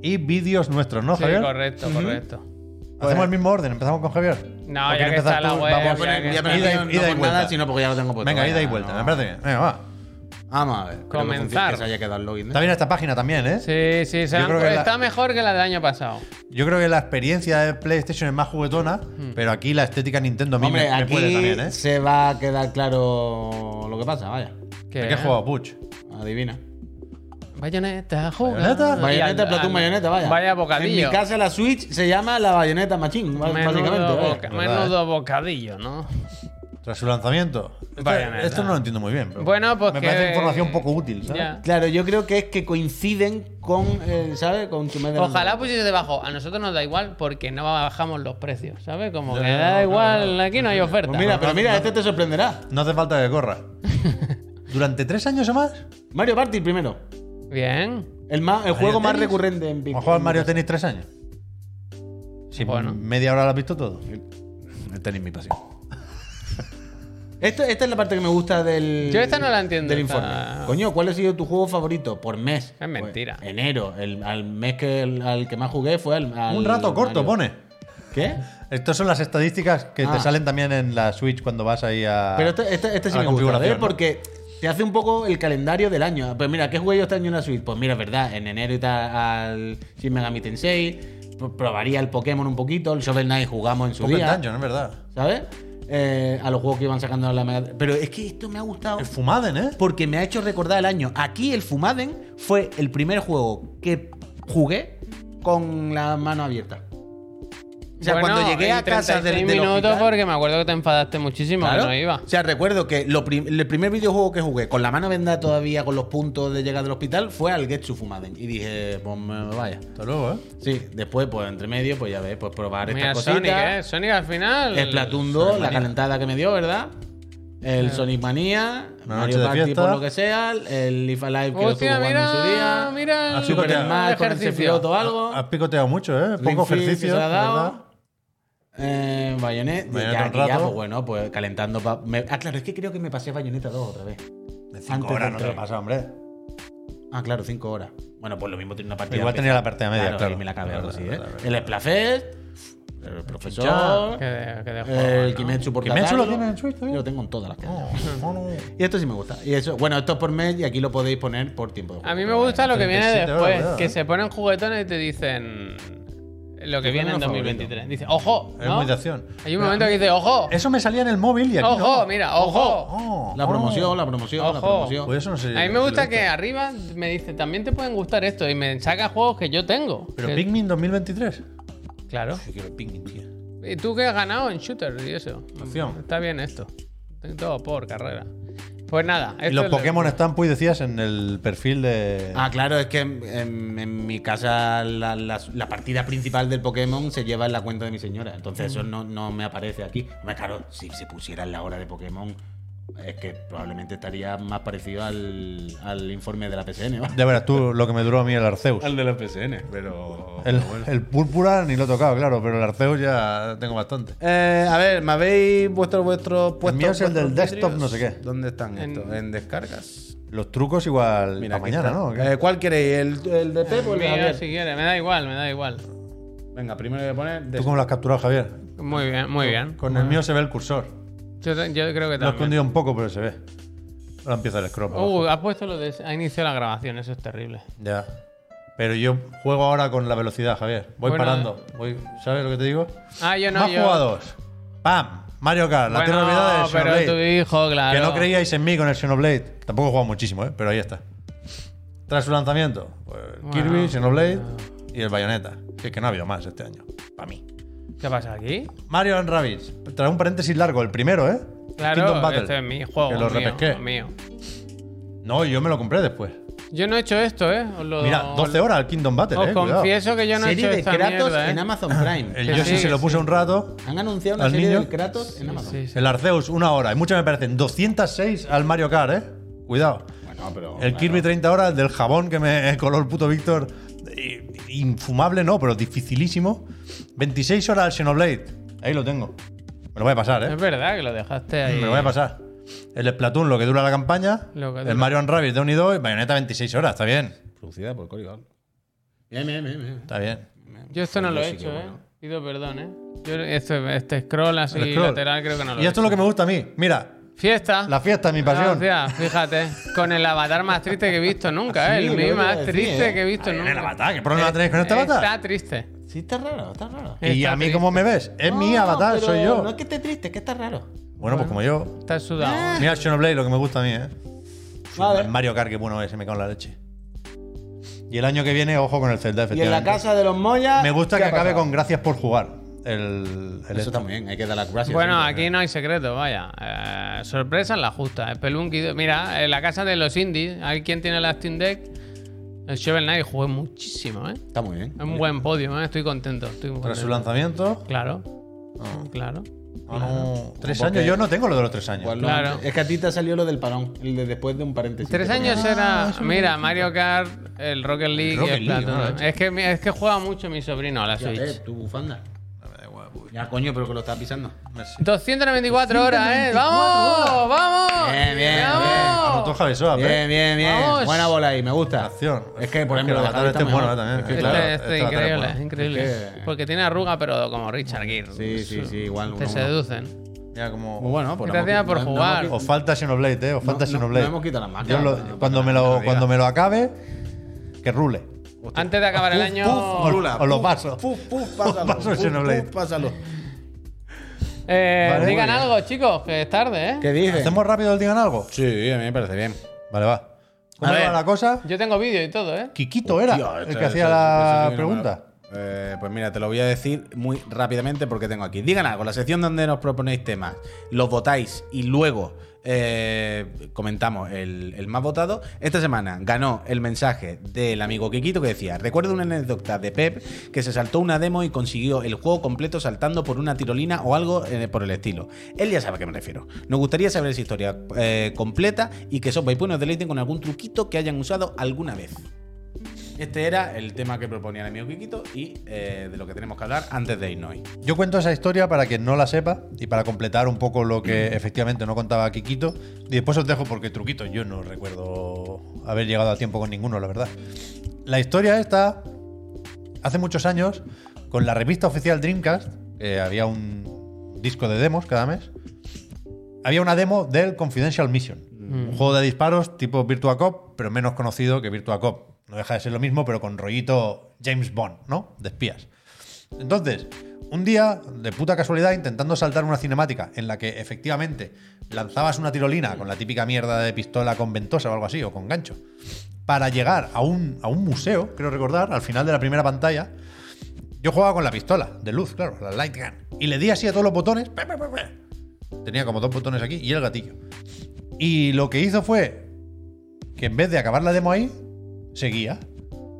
y vídeos nuestros, ¿no, Sí, Javier? correcto, correcto. Pues- Hacemos el mismo orden, empezamos con Javier. ¿O No, ya quieres que empezar está la tú? web. Vamos. ya que- ya, pero- Ida y- no, no ida y por vuelta. nada, sino porque ya lo tengo puesto. Venga, vaya, ida y vuelta, no. me parece bien. Venga, va. Vamos a ver. creo que funciona, Comenzar. Que se haya quedado el login. ¿eh? Está bien esta página también, ¿eh? Sí, sí, se Yo la han- creo que la- está mejor que la del año pasado. Yo creo que la experiencia de PlayStation es más juguetona, Hmm. pero aquí la estética Nintendo a mí Hombre, me, me aquí puede también, ¿eh? se va a quedar claro lo que pasa, vaya. Que- ¿De qué juego, Puch? Adivina. Bayoneta, juega. Bayoneta, Y Bayoneta, al- Platón, al- bayoneta, vaya. Vaya bocadillo. En mi casa la Switch se llama la bayoneta machín, bá- básicamente. menudo, vaya. eh. boca- ¿verdad, menudo bocadillo, ¿no? Tras su lanzamiento. Esto- Bayonetta. Esto no lo entiendo muy bien. Pero Bueno, pues Me que- parece información poco útil, ¿sabes? Ya. Claro, yo creo que es que coinciden con, eh, ¿sabes? Con tu mes de Ojalá lanzamiento. pusiese debajo. A nosotros nos da igual porque no bajamos los precios, ¿sabes? Como No, que no, da no, igual, no, no. aquí no hay oferta. Pues mira, pero mira, este te sorprenderá. No hace falta que corra. ¿Durante tres años o más? Mario Party primero. Bien. El, ma- el juego más Tennis? recurrente en Big ¿Has jugado al Mario Tennis tres años? Sí, Bueno. media hora lo has visto todo. El tenis mi pasión. Esto- esta es la parte que me gusta del. Yo esta no la entiendo, Del esta- informe. Coño, ¿cuál ha sido tu juego favorito por mes? Es mentira. Pues, enero. El, al mes que el- al que más jugué fue al. al Un rato corto, Mario. pone. ¿Qué? Estas son las estadísticas que Ah. te salen también en la Switch cuando vas ahí a. Pero este, este, este sí a me la gusta, ¿eh? configuración, ¿no? Porque te hace un poco el calendario del año. Pues mira, ¿qué jugué yo este año en la Switch? Pues mira, es verdad, en enero y tal al Shin Megami Tensei. pr- Probaría el Pokémon un poquito, el Shovel Knight jugamos en su Pocket día. Dungeon, es verdad. ¿Sabes? Eh, a los juegos que iban sacando en la Mega Pero es que esto me ha gustado El Fumaden, ¿eh? porque me ha hecho recordar el año. Aquí el Fumaden fue el primer juego que jugué con la mano abierta. O sea, Bueno, cuando llegué a en casa del, 36 del minutos hospital- porque me acuerdo que te enfadaste muchísimo Claro. que no iba. O sea, recuerdo que lo prim- el primer videojuego que jugué con la mano vendada todavía, con los puntos de llegar del hospital, fue al Getsu Fumaden. Y dije, pues me vaya. Hasta luego, ¿eh? Sí, después, pues entre medio, pues ya ves, pues probar Mira, estas cositas. Sonic, ¿eh? Sonic al final. El Platoon 2, la calentada que me dio, ¿verdad? El Sonic Manía, Una noche Mario de Party fiesta. por lo que sea, el If Alive que lo estuve Hostia, jugando en su mira, día, mira Al el Super Super Smash con ese piloto ah. o algo, Has picoteado mucho, ¿eh? Ring Poco Fit que ejercicio. se ha ¿verdad? dado, eh, Bayonet, Bayonetta ya, un que ya, rato. pues bueno, pues calentando. pa- me- ah, claro, es que creo que me pasé Bayonetta 2 otra vez. De Antes cinco horas del no te lo tren. pasa, hombre. Ah, claro, 5 horas. Bueno, pues lo mismo tiene una partida. Igual tenía la partida media, claro. y me la acabé Verdad, algo así, ¿eh? verdad, verdad. El Splafest, el Chinchán. profesor, Que de, que de juego, el ¿no? Kimetsu por ¿Kimetsu lo catálogo. tiene en Switch todavía? Yo lo tengo en todas las que hay. Oh, mono. Y esto sí me gusta. Y eso, bueno, esto es por mes y aquí lo podéis poner por tiempo. de juego. A mí me gusta lo que viene 37 después, horas, que ¿eh? se ponen juguetones y te dicen lo que Yo viene creo en que es mi 2023. Dice, ojo, Es ¿no? muy de acción. Hay un momento que dice, ojo, Eso me salía en el móvil y aquí ojo, no. mira, ojo. Oh, La oh. promoción, la promoción, la Ojo. promoción. Pues eso no sé. A mí me gusta lo he que visto. arriba me dice, también te pueden gustar esto y me saca juegos que yo tengo. Pero Que- Pikmin 2023. Claro. Yo quiero Pikmin, tío. ¿Y tú qué has ganado en shooter y eso? Acción. Está bien esto. Todo por carrera. Pues nada. Y esto los es lo- Pokémon están, pues decías, en el perfil de. Ah, claro, es que en, en- en mi casa la, la- la partida principal del Pokémon se lleva en la cuenta de mi señora. Entonces eso no, no me aparece aquí. Hombre, claro, si se pusiera en la hora de Pokémon, es que probablemente estaría más parecido al, al informe de la PSN. ¿va? Ya verás tú lo que me duró a mí el Arceus. de la PSN, pero... El, el púrpura ni lo he tocado, claro, pero el Arceus ya tengo bastante. Eh, a ver, ¿me habéis vuestro vuestro puesto? mío es el del desktop, no sé qué. ¿Dónde están En- estos? En descargas. Los trucos igual para aquí mañana, está. ¿no? Eh, ¿Cuál queréis? ¿El, el de Pep o el de Mira, Javier? si quieres, me da igual, me da igual. Venga, primero voy a poner. ¿Tú cómo lo has capturado, Javier? Muy bien, muy bien. Con el mío se ve el cursor. Yo, yo creo que Lo he también. Oh. escondido un poco, pero se ve. Ahora empieza el scroll. para abajo. Uh, has puesto lo de. Ha iniciado la grabación, eso es terrible. Ya. Pero yo juego ahora con la velocidad, Javier. Voy Bueno. parando. Voy, ¿Sabes lo que te digo? Ah, yo no, Más yo- jugados. ¡Pam! Mario Kart, la tierra Bueno, olvidada de pero Xenoblade. tu hijo, claro. Que no creíais en mí con el Xenoblade. Tampoco he jugado muchísimo, ¿eh? pero ahí está. Tras su lanzamiento, pues, Kirby, Xenoblade y el Bayonetta. Que es que no ha habido más este año, para mí. ¿Qué pasa aquí? Mario and Rabbids. Tras un paréntesis largo, el primero, ¿eh? Kingdom Claro, Battle. este es mi juego. Que lo mío, repesqué. mío. No, yo me lo compré después. Yo no he hecho esto, ¿eh? Os lo- Mira, 12 horas al Kingdom Battle, Os eh. cuidado. confieso que yo no he hecho serie de esta Kratos mierda, ¿eh? en Amazon Prime. El Que Yoshi sí, se lo que puse sí. un rato. Han anunciado una ¿Al serie niño? del Kratos en Amazon. Sí, sí. El Arceus, una hora. Y muchas me parecen. 206 al Mario Kart, ¿eh? Cuidado. Bueno, pero. El Kirby 30 horas, el del jabón que me coló el puto Víctor. eh, Infumable, no, pero dificilísimo. 26 horas al Xenoblade. Ahí lo tengo. Me lo voy a pasar, ¿eh? Es verdad que lo dejaste ahí. Me lo voy a pasar. El Splatoon, lo que dura la campaña. Eh. Lo que El dura. Mario and Rabbids de 1 y 2. Y Bayonetta 26 horas. Está bien. Producida por Cory Gall. Bien, bien, bien, bien. Está bien. ¿eh? Yo esto no lo he sí que hecho, ¿eh? bueno. Pido perdón, ¿eh? Yo este, este scroll así El scroll. lateral creo que no lo Ah, Y he esto hecho. es lo que me gusta a mí. Mira, Fiesta. la fiesta es mi pasión. Hostia, fíjate, con el avatar más triste que he visto nunca, ¿eh? Sí, el lo mío que iba a más decir, triste ¿eh? que he visto Bien, nunca. el avatar. ¿Qué problema tenéis con este avatar? Está triste. Sí, está raro, está raro. Y está a mí, triste. ¿cómo me ves? Es mi No, avatar, pero soy yo. No es que esté triste, es que está raro. Bueno, pues como yo. Está Ah, sudado. Mira el Xenoblade, lo que me gusta a mí, ¿eh? El Vale. Mario Kart, que bueno es, se me cago en la leche. Y el año que viene, ojo con el Zelda, Y en la efectivamente. casa de los Moya. me gusta ¿qué que ha acabe pasado? con gracias por jugar. El, el Eso esto. también, hay que dar las gracias. Bueno, siempre. aquí no hay secreto, vaya. Eh, sorpresa en la justa. eh. Spelunky. Mira, en la casa de los indies, hay quien tiene la Steam Deck. El Shovel Knight jugué muchísimo, ¿eh? Está muy bien. Un buen podio, ¿eh? Estoy contento. Estoy muy Tras su contento. lanzamiento. Claro. Claro. ah, no, tres Porque- años. Yo no tengo lo de los tres años. Pues lo- Claro. Es que a ti te salió lo del parón, el de después de un paréntesis. Tres que ponía años ahí. era. Mira, Mario Kart, el Rocket League Rocket y el League, Platón. ¿no? es, que, mi- es que juega mucho mi sobrino a la Ya ves, Switch. eh, tu bufanda. Ah, Ya, coño, pero que lo estás pisando. 294 horas, ¿eh? ¡Vamos! ¡Vamos! Bien, bien, ¡Vamos! Anotó Javi Soa, ¿eh? Bien, bien, bien. Vamos. Buena bola ahí, me gusta. Acción. Es que, por Es que ejemplo, la la batalla Javi está mejor. buena también, Es que, eh. Este, claro, este este es va a tener increíble, por- es increíble. es que- Porque tiene arruga, pero como Richard Gere. Sí, sí, sí, igual. Te uno, uno. seducen. Ya como. Muy bueno, pues Gracias no hemos- por no- no jugar. hemos Os falta Xenoblade, ¿eh? Os falta no- Xenoblade. no hemos quitado la marca. Yo lo- No, no, cuando, no, me no lo, digas. cuando me lo acabe, que rule. Antes de acabar el año. puf, rula. Os lo paso. Puf, puf, Os pásalo. paso el Puf, Xenoblade. puf, pásalo. eh, Vale. digan Muy bien. algo, chicos, que es tarde, ¿eh? ¿Qué dices? ¿Hacemos rápido el digan algo? Sí, a mí me parece bien. Vale, va. ¿Cómo ver. va la cosa? Yo tengo vídeo y todo, ¿eh? Kikito era Tío, el esto- que hacía esto- esto sí la que no pregunta. me lo- Eh, pues mira, te lo voy a decir muy rápidamente porque tengo aquí. Digan algo, la sección donde nos proponéis temas, los votáis y luego eh, comentamos el, el más votado. Esta semana ganó el mensaje del amigo Kikito que decía: Recuerdo una anécdota de Pep que se saltó una demo y consiguió el juego completo saltando por una tirolina o algo eh, por el estilo. Él ya sabe a qué me refiero. Nos gustaría saber esa historia eh, completa y que Sopa y Puy nos deleiten con algún truquito que hayan usado alguna vez. Este era el tema que proponía el amigo Kikito y eh, de lo que tenemos que hablar antes de irnos hoy. Yo cuento esa historia para quien no la sepa y para completar un poco lo que efectivamente no contaba Kikito. Y después os dejo porque truquito, yo no recuerdo haber llegado a tiempo con ninguno, la verdad. La historia está hace muchos años con la revista oficial Dreamcast, que había un disco de demos cada mes. Había una demo del Confidential Mission, un juego de disparos tipo Virtua Cop, pero menos conocido que Virtua Cop. No deja de ser lo mismo, pero con rollito James Bond, ¿no? De espías. Entonces, un día, de puta casualidad, intentando saltar una cinemática en la que efectivamente lanzabas una tirolina con la típica mierda de pistola con ventosa o algo así, o con gancho, para llegar a un, a un museo, creo recordar, al final de la primera pantalla, yo jugaba con la pistola de luz, claro, la light gun, y le di así a todos los botones. pe, pe, pe, pe. Tenía como dos botones aquí y el gatillo. Y lo que hizo fue que en vez de acabar la demo ahí, seguía.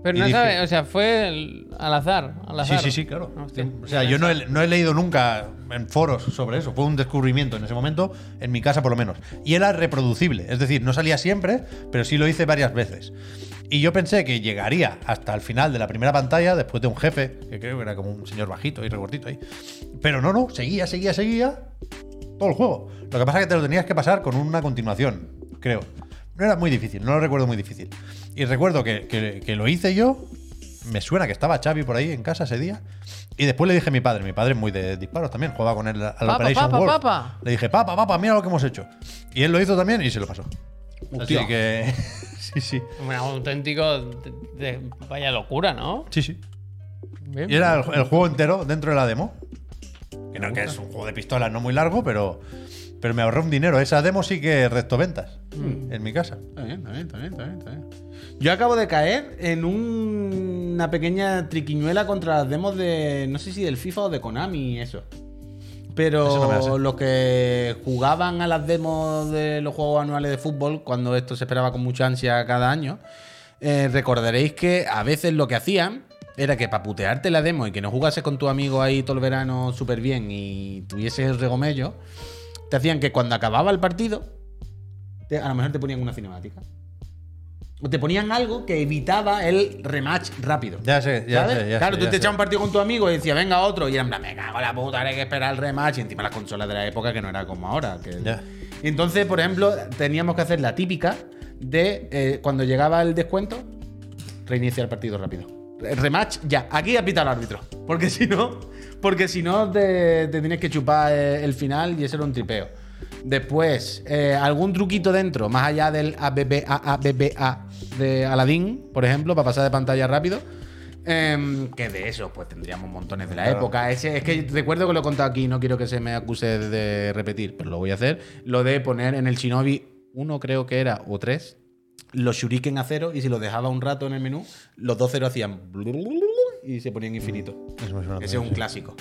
Pero Y no dije- sabe, o sea, fue el- al azar. Al Sí, azar. Ah, sí, sí, claro. Hostia. O sea, yo no he, no he leído nunca en foros sobre eso. Fue un descubrimiento en ese momento, en mi casa por lo menos. Y era reproducible. Es decir, no salía siempre, pero sí lo hice varias veces. Y yo pensé que llegaría hasta el final de la primera pantalla, después de un jefe, que creo que era como un señor bajito y regordito ahí. Pero no, no, seguía, seguía, seguía todo el juego. Lo que pasa es que te lo tenías que pasar con una continuación, creo. No era muy difícil, no lo recuerdo muy difícil. Y recuerdo que, que- que lo hice yo. Me suena que estaba Xavi por ahí en casa ese día. Y después le dije a mi padre, mi padre es muy de disparos también, jugaba con él al Papa, Operation papa, Wolf. papa. Le dije, papá, papá, mira lo que hemos hecho. Y él lo hizo también y se lo pasó. Así que. sí, sí. Un auténtico. de- de- vaya locura, ¿no? Sí, sí. Bien. Y era el, el juego entero dentro de la demo. Que no, que es un juego de pistolas no muy largo, pero, pero me ahorré un dinero. Esa demo sí que resto ventas en mi casa. Está bien, está bien, está bien, está bien, está bien. Yo acabo de caer en un- una pequeña triquiñuela contra las demos de. No sé si del FIFA o de Konami y eso. Pero Eso no me la sé. los que jugaban a las demos de los juegos anuales de fútbol, cuando esto se esperaba con mucha ansia cada año, eh, recordaréis que a veces lo que hacían era que para putearte la demo y que no jugases con tu amigo ahí todo el verano súper bien y tuvieses regomello, te hacían que cuando acababa el partido, te- a lo mejor te ponían una cinemática. O te ponían algo que evitaba el rematch rápido. Ya sé, ya ¿Sabes? sé. ya claro, sé, tú ya te sé. echabas un partido con tu amigo y decías, venga otro. Y eran, me cago en la puta, ahora hay que esperar el rematch. Y encima las consolas de la época que no era como ahora. que- Ya. Y entonces, por ejemplo, teníamos que hacer la típica de eh, cuando llegaba el descuento, reiniciar el partido rápido. El Rematch, ya. Aquí ha pitado el árbitro. Porque si no, porque si no te, te tienes que chupar eh, el final y ese era un tripeo. Después, eh, algún truquito dentro, más allá del ABBA, ABBA de Aladdin, eh, por ejemplo, para pasar de pantalla rápido. Em, que de eso, pues tendríamos montones de la Claro. época. Ese, es que recuerdo que lo he contado aquí, no quiero que se me acuse de repetir, pero lo voy a hacer. Lo de poner en el Shinobi 1, creo que era, o 3, los shuriken a cero y si los dejaba un rato en el menú, los dos cero hacían blululul y se ponían infinitos. Eso me suena Ese es un también, sí. clásico.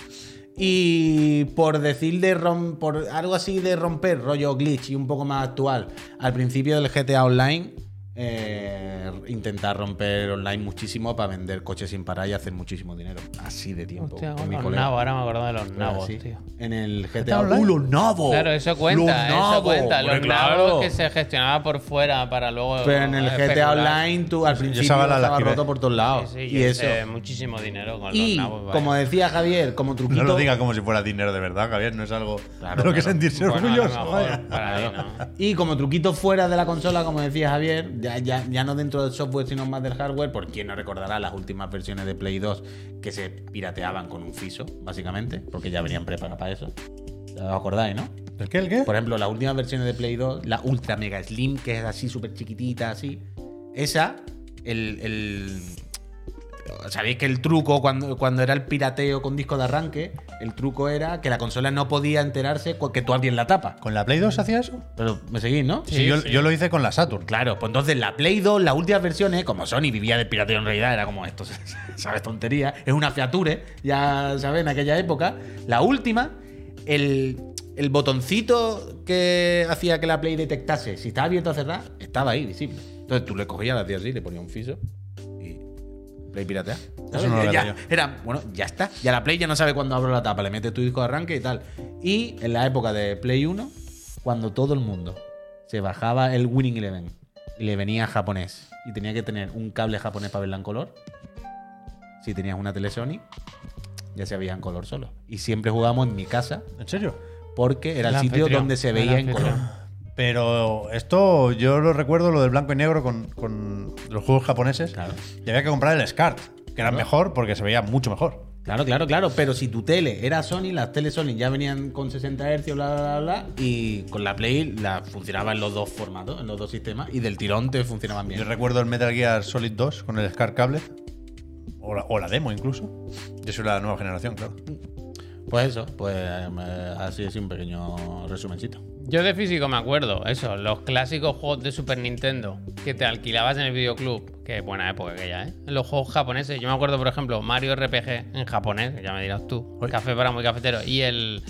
Y por decir de rom- por algo así de romper, rollo glitch y un poco más actual, al principio del GTA Online, eh, intentar romper online muchísimo para vender coches sin parar y hacer muchísimo dinero. Así de tiempo. Hostia, con mi los colega. Pues nabos, ahora me acuerdo de los nabos, Así, tío. En el GTA Online? Online. los nabos! Claro, eso Los cuenta, eso nabos, cuenta. Los hombre, claro. nabos que se gestionaba por fuera para luego. Pero en el eh, GTA especular. Online, tú al principio bala la estaba esquivé. roto por todos lados. Sí, sí, Ah, y yo eso. hice muchísimo dinero con Y los nabos. vaya. como decía Javier, como truquito. No lo diga como si fuera dinero de verdad, Javier. No es algo Claro, de lo que claro. sentirse Bueno, a lo orgulloso. mejor vaya. para mí, ¿no? Y como truquito fuera de la consola, como decía Javier, ya, ya, ya no dentro del software, sino más del hardware, por quien no recordará las últimas versiones de Play 2 que se pirateaban con un FISO, básicamente, porque ya venían preparadas para eso. ¿Os acordáis, no? ¿El qué? ¿El qué? Por ejemplo, las últimas versiones de Play 2, la Ultra Mega Slim, que es así súper chiquitita, así. Esa, el, el- Sabéis que el truco, cuando, cuando era el pirateo con disco de arranque, el truco era que la consola no podía enterarse cu- que tú abrías la tapa. ¿Con la Play 2 hacía eso? Pero me seguís, ¿no? Sí, yo, yo lo hice con la Saturn. Claro, pues entonces la Play 2, las últimas versiones, como Sony vivía del pirateo en realidad, era como esto, ¿sabes? Tontería, es una fiature, ya sabes, en aquella época. La última, el, el botoncito que hacía que la Play detectase si estaba abierta o cerrada, estaba ahí visible. Entonces tú le cogías, la hacías así, le ponías un fiso y Play piratea. Eso no lo Ya- había yo. era, bueno, ya está. Ya la Play ya no sabe cuándo abro la tapa, le metes tu disco de arranque y tal. Y en la época de Play 1, cuando todo el mundo se bajaba el Winning Eleven y le venía japonés y tenía que tener un cable japonés para verla en color, si tenías una tele Sony, ya se veía en color solo. Y siempre jugábamos en mi casa ¿En serio? porque era el, El sitio anfitrión, donde se el veía en color. anfitrión. Pero esto yo lo recuerdo, lo del blanco y negro con, con los juegos japoneses. Claro. Y había que comprar el SCART, que era mejor porque se veía mucho mejor. Claro, claro, claro. Pero si tu tele era Sony, las teles Sony ya venían con 60 Hz, bla, bla, bla, bla. Y con la Play la funcionaba en los dos formatos, en los dos sistemas. Y del tirón te funcionaban Yo bien. recuerdo el Metal Gear Solid 2 con el SCART cable. O la, o la demo incluso. Yo soy la nueva generación, claro. Pues eso, pues eh, así es un pequeño resumencito. Yo de físico me acuerdo, eso, los clásicos juegos de Super Nintendo que te alquilabas en el videoclub, que buena época aquella, ¿eh? Los juegos japoneses, yo me acuerdo, por ejemplo, Mario RPG en japonés, que ya me dirás tú, Uy. café para muy cafetero, y el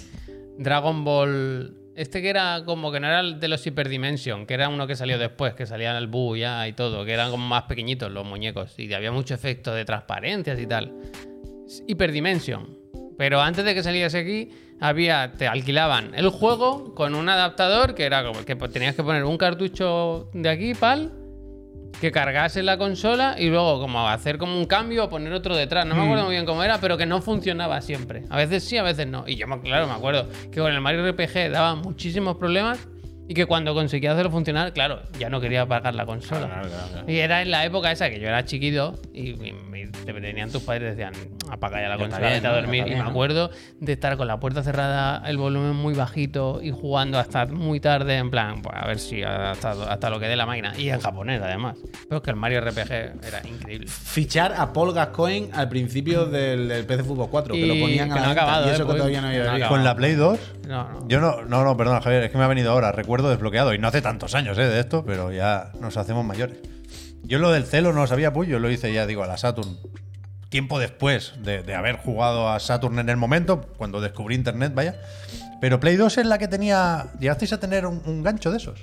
Dragon Ball, este que era como que no era el de los Hyperdimension, que era uno que salió después, que salía en el Bu ya y todo, que eran como más pequeñitos los muñecos, y había mucho efecto de transparencias y tal. Hyperdimension. Pero antes de que saliese aquí, había, te alquilaban el juego con un adaptador que era como que tenías que poner un cartucho de aquí, pal, que cargase la consola y luego como hacer como un cambio o poner otro detrás. No me acuerdo muy bien cómo era, pero que no funcionaba siempre. A veces sí, a veces no. Y yo, me- claro, me acuerdo que con el Mario RPG daba muchísimos problemas Y que cuando conseguía hacerlo funcionar, claro, ya no quería pagar la consola. Claro, claro, claro. Y era en la época esa que yo era chiquito y, y me- te venían tus padres y decían, apaga ya la Ya está consola, bien, vete a ¿no? Ya dormir. está Y bien, me ¿no? acuerdo de estar con la puerta cerrada, el volumen muy bajito y jugando hasta muy tarde, en plan, pues a ver si hasta, hasta lo que dé la máquina. Y en japonés, además. Pero es que el Mario RPG era increíble. Fichar a Paul Gascoigne al principio del, del PC Fútbol 4, que Y lo ponían que a la no ha venta, acabado, y eso eh, que Paul. todavía no había No ha salido. Con la Play 2. No, no. Yo no, no, no, perdón, Javier, es que me ha venido ahora, recuerdo desbloqueado, y no hace tantos años eh, de esto, pero ya nos hacemos mayores. Yo lo del celo no lo sabía, pues yo lo hice ya, digo, a la Saturn. Tiempo después de, de haber jugado a Saturn en el momento, cuando descubrí Internet, vaya. Pero Play 2 es la que tenía. Llegasteis a tener un, un gancho de esos,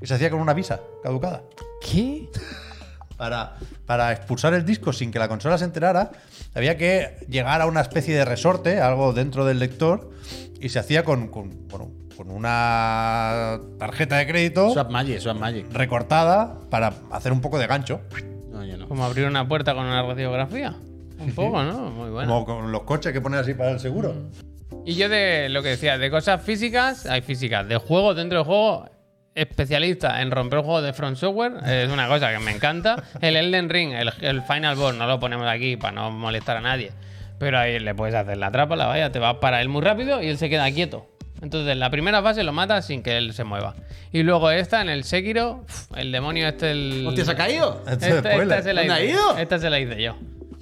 que se hacía con una visa caducada ¿Qué? para, para expulsar el disco sin que la consola se enterara, había que llegar a una especie de resorte, algo dentro del lector, y se hacía con, con, bueno, con una tarjeta de crédito Swap Magic, Swap Magic. recortada para hacer un poco de gancho, No, yo no. Como abrir una puerta con una radiografía. Un poco, ¿no? Muy bueno. como con los coches que ponen así para el seguro. Mm. Y yo de lo que decía, de cosas físicas, hay físicas, de juegos dentro del juego, especialista en romper juegos de Front Software, es una cosa que me encanta. El Elden Ring, el, el Final Boss, no lo ponemos aquí para no molestar a nadie, pero ahí le puedes hacer la trapa, la vaya, te vas para él muy rápido y él se queda quieto. Entonces, en la primera fase lo matas sin que él se mueva. Y luego esta, en el Sekiro, pf, el demonio este, el... Hostia, ¿se ha caído? Esto Esta, es esta spoiler. se la ¿Dónde hice- ha ido? Esta se la hice yo.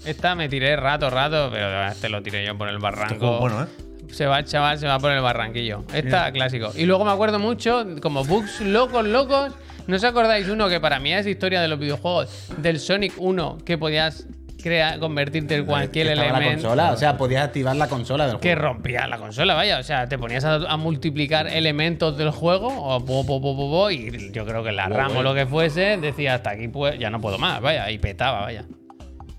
Esta me tiré rato, rato, pero este lo tiré yo por el barranco. juego es bueno, ¿eh? Se va, el chaval, se va por el barranquillo. Esta, clásico. Y luego me acuerdo mucho, como bugs locos, locos. ¿No os acordáis uno que para mí es historia de los videojuegos? Del Sonic 1 , que podías crear, convertirte en cualquier Eh, Estaba la elemento. consola, o sea, podías activar la consola del Que juego. rompía la consola, vaya. O sea, te ponías a, a multiplicar elementos del juego, o po, po, po, po, po, y yo creo que la Wow, RAM o eh. lo que fuese, decía hasta aquí, pues ya no puedo más, vaya, y petaba, vaya.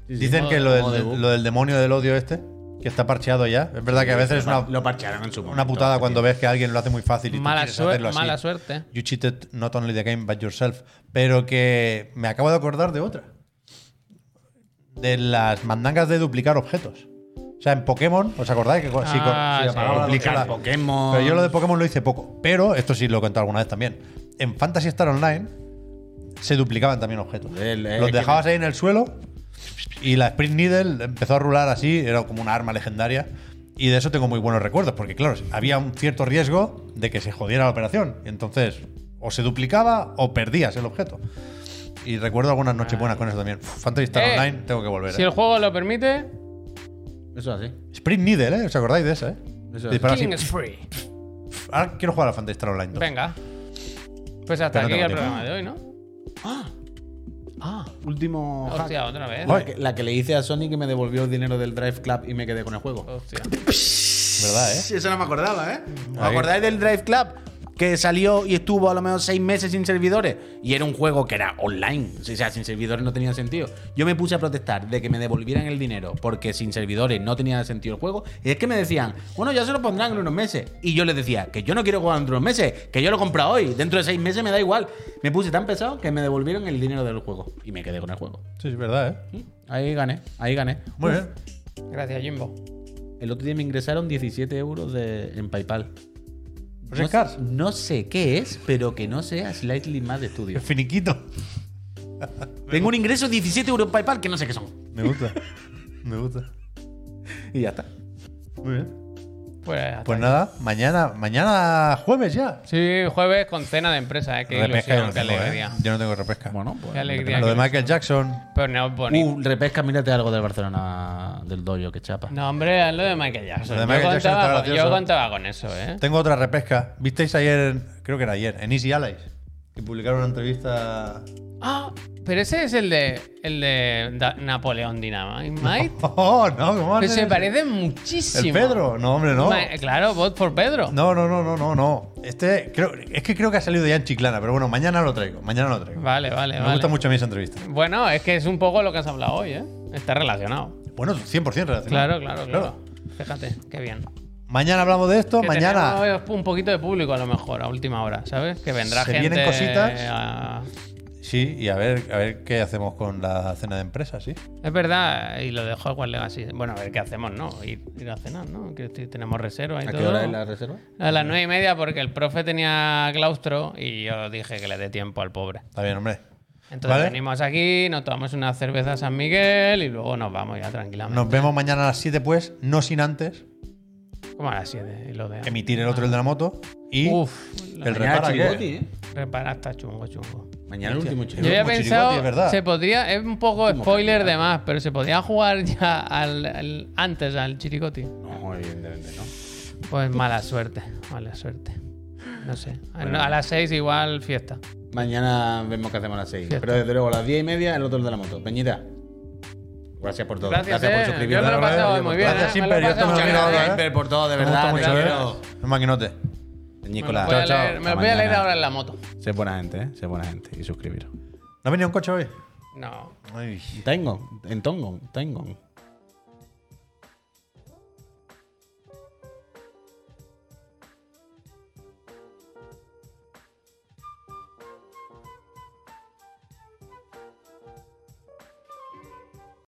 Dicen que lo del, lo del demonio del odio este, que está parcheado ya, es verdad que a veces es una, Lo parchearon en su momento. una putada cuando ves que alguien lo hace muy fácil y tú Mala, quieres suer- hacerlo así. mala suerte. You cheated not only the game but yourself. Pero que me acabo de acordar de otra. De las mandangas de duplicar objetos. O sea, en Pokémon, ¿os acordáis? Que cu- si co- Ah, si sí. apagaba la Duplicar consola- Pokémon. Pero yo lo de Pokémon lo hice poco. Pero, esto sí lo he contado alguna vez también. En Fantasy Star Online se duplicaban también objetos. El- el- Los que- dejabas ahí en el suelo y la Sprint Needle empezó a rular así, era como una arma legendaria. Y de eso tengo muy buenos recuerdos, porque claro, había un cierto riesgo de que se jodiera la operación. Y entonces, o se duplicaba o perdías el objeto. Y recuerdo algunas Ah. noches buenas con eso también. Uf, Fantasy Star Eh, Online, tengo que volver. Si eh. el juego lo permite, Eso así. Sprint Needle, ¿eh? ¿Os acordáis de esa, eh? Eso Disparar así. King is free. Ahora quiero jugar a Fantasy Star Online. dos. Venga. Pues hasta Pero no aquí tengo el tiempo. programa de hoy, ¿no? Ah, Último hack. hostia, otra vez. La que, la que le hice a Sony que me devolvió el dinero del Drive Club y me quedé con el juego. Hostia. ¿Verdad, eh? Sí, eso no me acordaba, ¿eh? ¿Os Ahí. acordáis del Drive Club? Que salió y estuvo a lo menos seis meses sin servidores. Y era un juego que era online. O sea, sin servidores no tenía sentido. Yo me puse a protestar de que me devolvieran el dinero porque sin servidores no tenía sentido el juego. Y es que me decían, bueno, ya se lo pondrán en unos meses. Y yo les decía, que yo no quiero jugar dentro de unos meses, que yo lo he comprado hoy. Dentro de seis meses me da igual. Me puse tan pesado que me devolvieron el dinero del juego. Y me quedé con el juego. Mm, Sí, es verdad, eh. Ahí gané, ahí gané. Muy bien. Gracias, Jimbo. El otro día me ingresaron 17 euros de, en PayPal. Pues no, es Cars. no sé qué es, pero que no sea Slightly Más de Estudio. El finiquito. Tengo un ingreso de 17 euros en PayPal que no sé qué son. Me gusta. Me gusta. Y ya está. Muy bien. Pues, hasta Pues aquí. nada, mañana, mañana jueves ya. Sí, jueves con cena de empresa, ¿eh? Qué repesca yo ilusión, no qué tengo, alegría. ¿eh? Yo no tengo repesca. Bueno, Qué pues. alegría. Lo de que- Michael Jackson. Pero no es bonito. Uh, repesca, mírate algo del Barcelona del dojo que chapa. No, hombre, lo de Michael Jackson. Lo de Michael yo, Jackson contaba, está yo gracioso. contaba con eso, ¿eh? Tengo otra repesca. ¿Visteis ayer, en- creo que era ayer, en Easy Allies? Que publicaron una entrevista. Ah, pero ese es el de, el de Da- Napoleón Dynamite. Oh, no, ¿cómo Pero haces? pues se parece ¿El muchísimo. Pedro? No, hombre, no. Ma- Claro, vote por Pedro. No, no, no, no, no, no. Este, creo, es que creo que ha salido ya en Chiclana, pero bueno, mañana lo traigo. Mañana lo traigo. Vale, vale, Me vale. gusta mucho a mí esa entrevista. Bueno, es que es un poco lo que has hablado hoy, ¿eh? Está relacionado. Bueno, 100% relacionado. Claro, claro, claro. Fíjate, qué bien. Mañana hablamos de esto. Que mañana. tenemos un poquito de público a lo mejor, a última hora, ¿sabes? Que vendrá Se gente. vienen cositas. a- Sí, y a ver, a ver qué hacemos con la cena de empresa, sí. Es verdad, y lo de Hogwarts Legacy. Bueno, a ver qué hacemos, ¿no? Ir, ir a cenar, ¿no? Que estoy- tenemos reserva y ¿A todo. qué hora es la reserva? A las nueve y media, porque el profe tenía claustro y yo dije que le dé tiempo al pobre. Está bien, hombre. Entonces ¿Vale? venimos aquí, nos tomamos una cerveza a San Miguel y luego nos vamos ya tranquilamente. Nos vemos mañana a las 7, pues, no sin antes Como a las 7 y lo de. emitir el otro, el de la moto. Y Uf, el repara que. repara está chungo, chungo. ¿eh? Mañana el último Yo Yo había como chirigoti, es pensado, verdad. se podría, es un poco spoiler de más, pero se podía jugar ya al, al- antes al chiricoti. No, evidentemente no. Pues mala suerte, mala suerte. No sé. A- no, a las 6 igual fiesta. Mañana vemos qué hacemos a las 6. Fiesta. Pero desde luego, a las 10 y media, el otro de la moto. Peñita. Gracias por todo. Gracias, eh. por suscribirte. Yo me lo he Gracias, pasado gracias muy por bien. todo. Gracias, eh, me lo he Imper, yo te lo pasado muy he mirado, bien. eh. Imper, por todo, de Me gusta verdad. mucho, te ¿eh? quiero. Un maquinote. Me lo Nicolás. voy a Chao, chao. leer- me lo Hasta voy a leer mañana. ahora en la moto. ¿eh? Sé buena gente, ¿eh? Sé buena gente. Y suscribiros. ¿No ha venido un coche hoy? No. Ay. Tengo, en Tongo, tengo.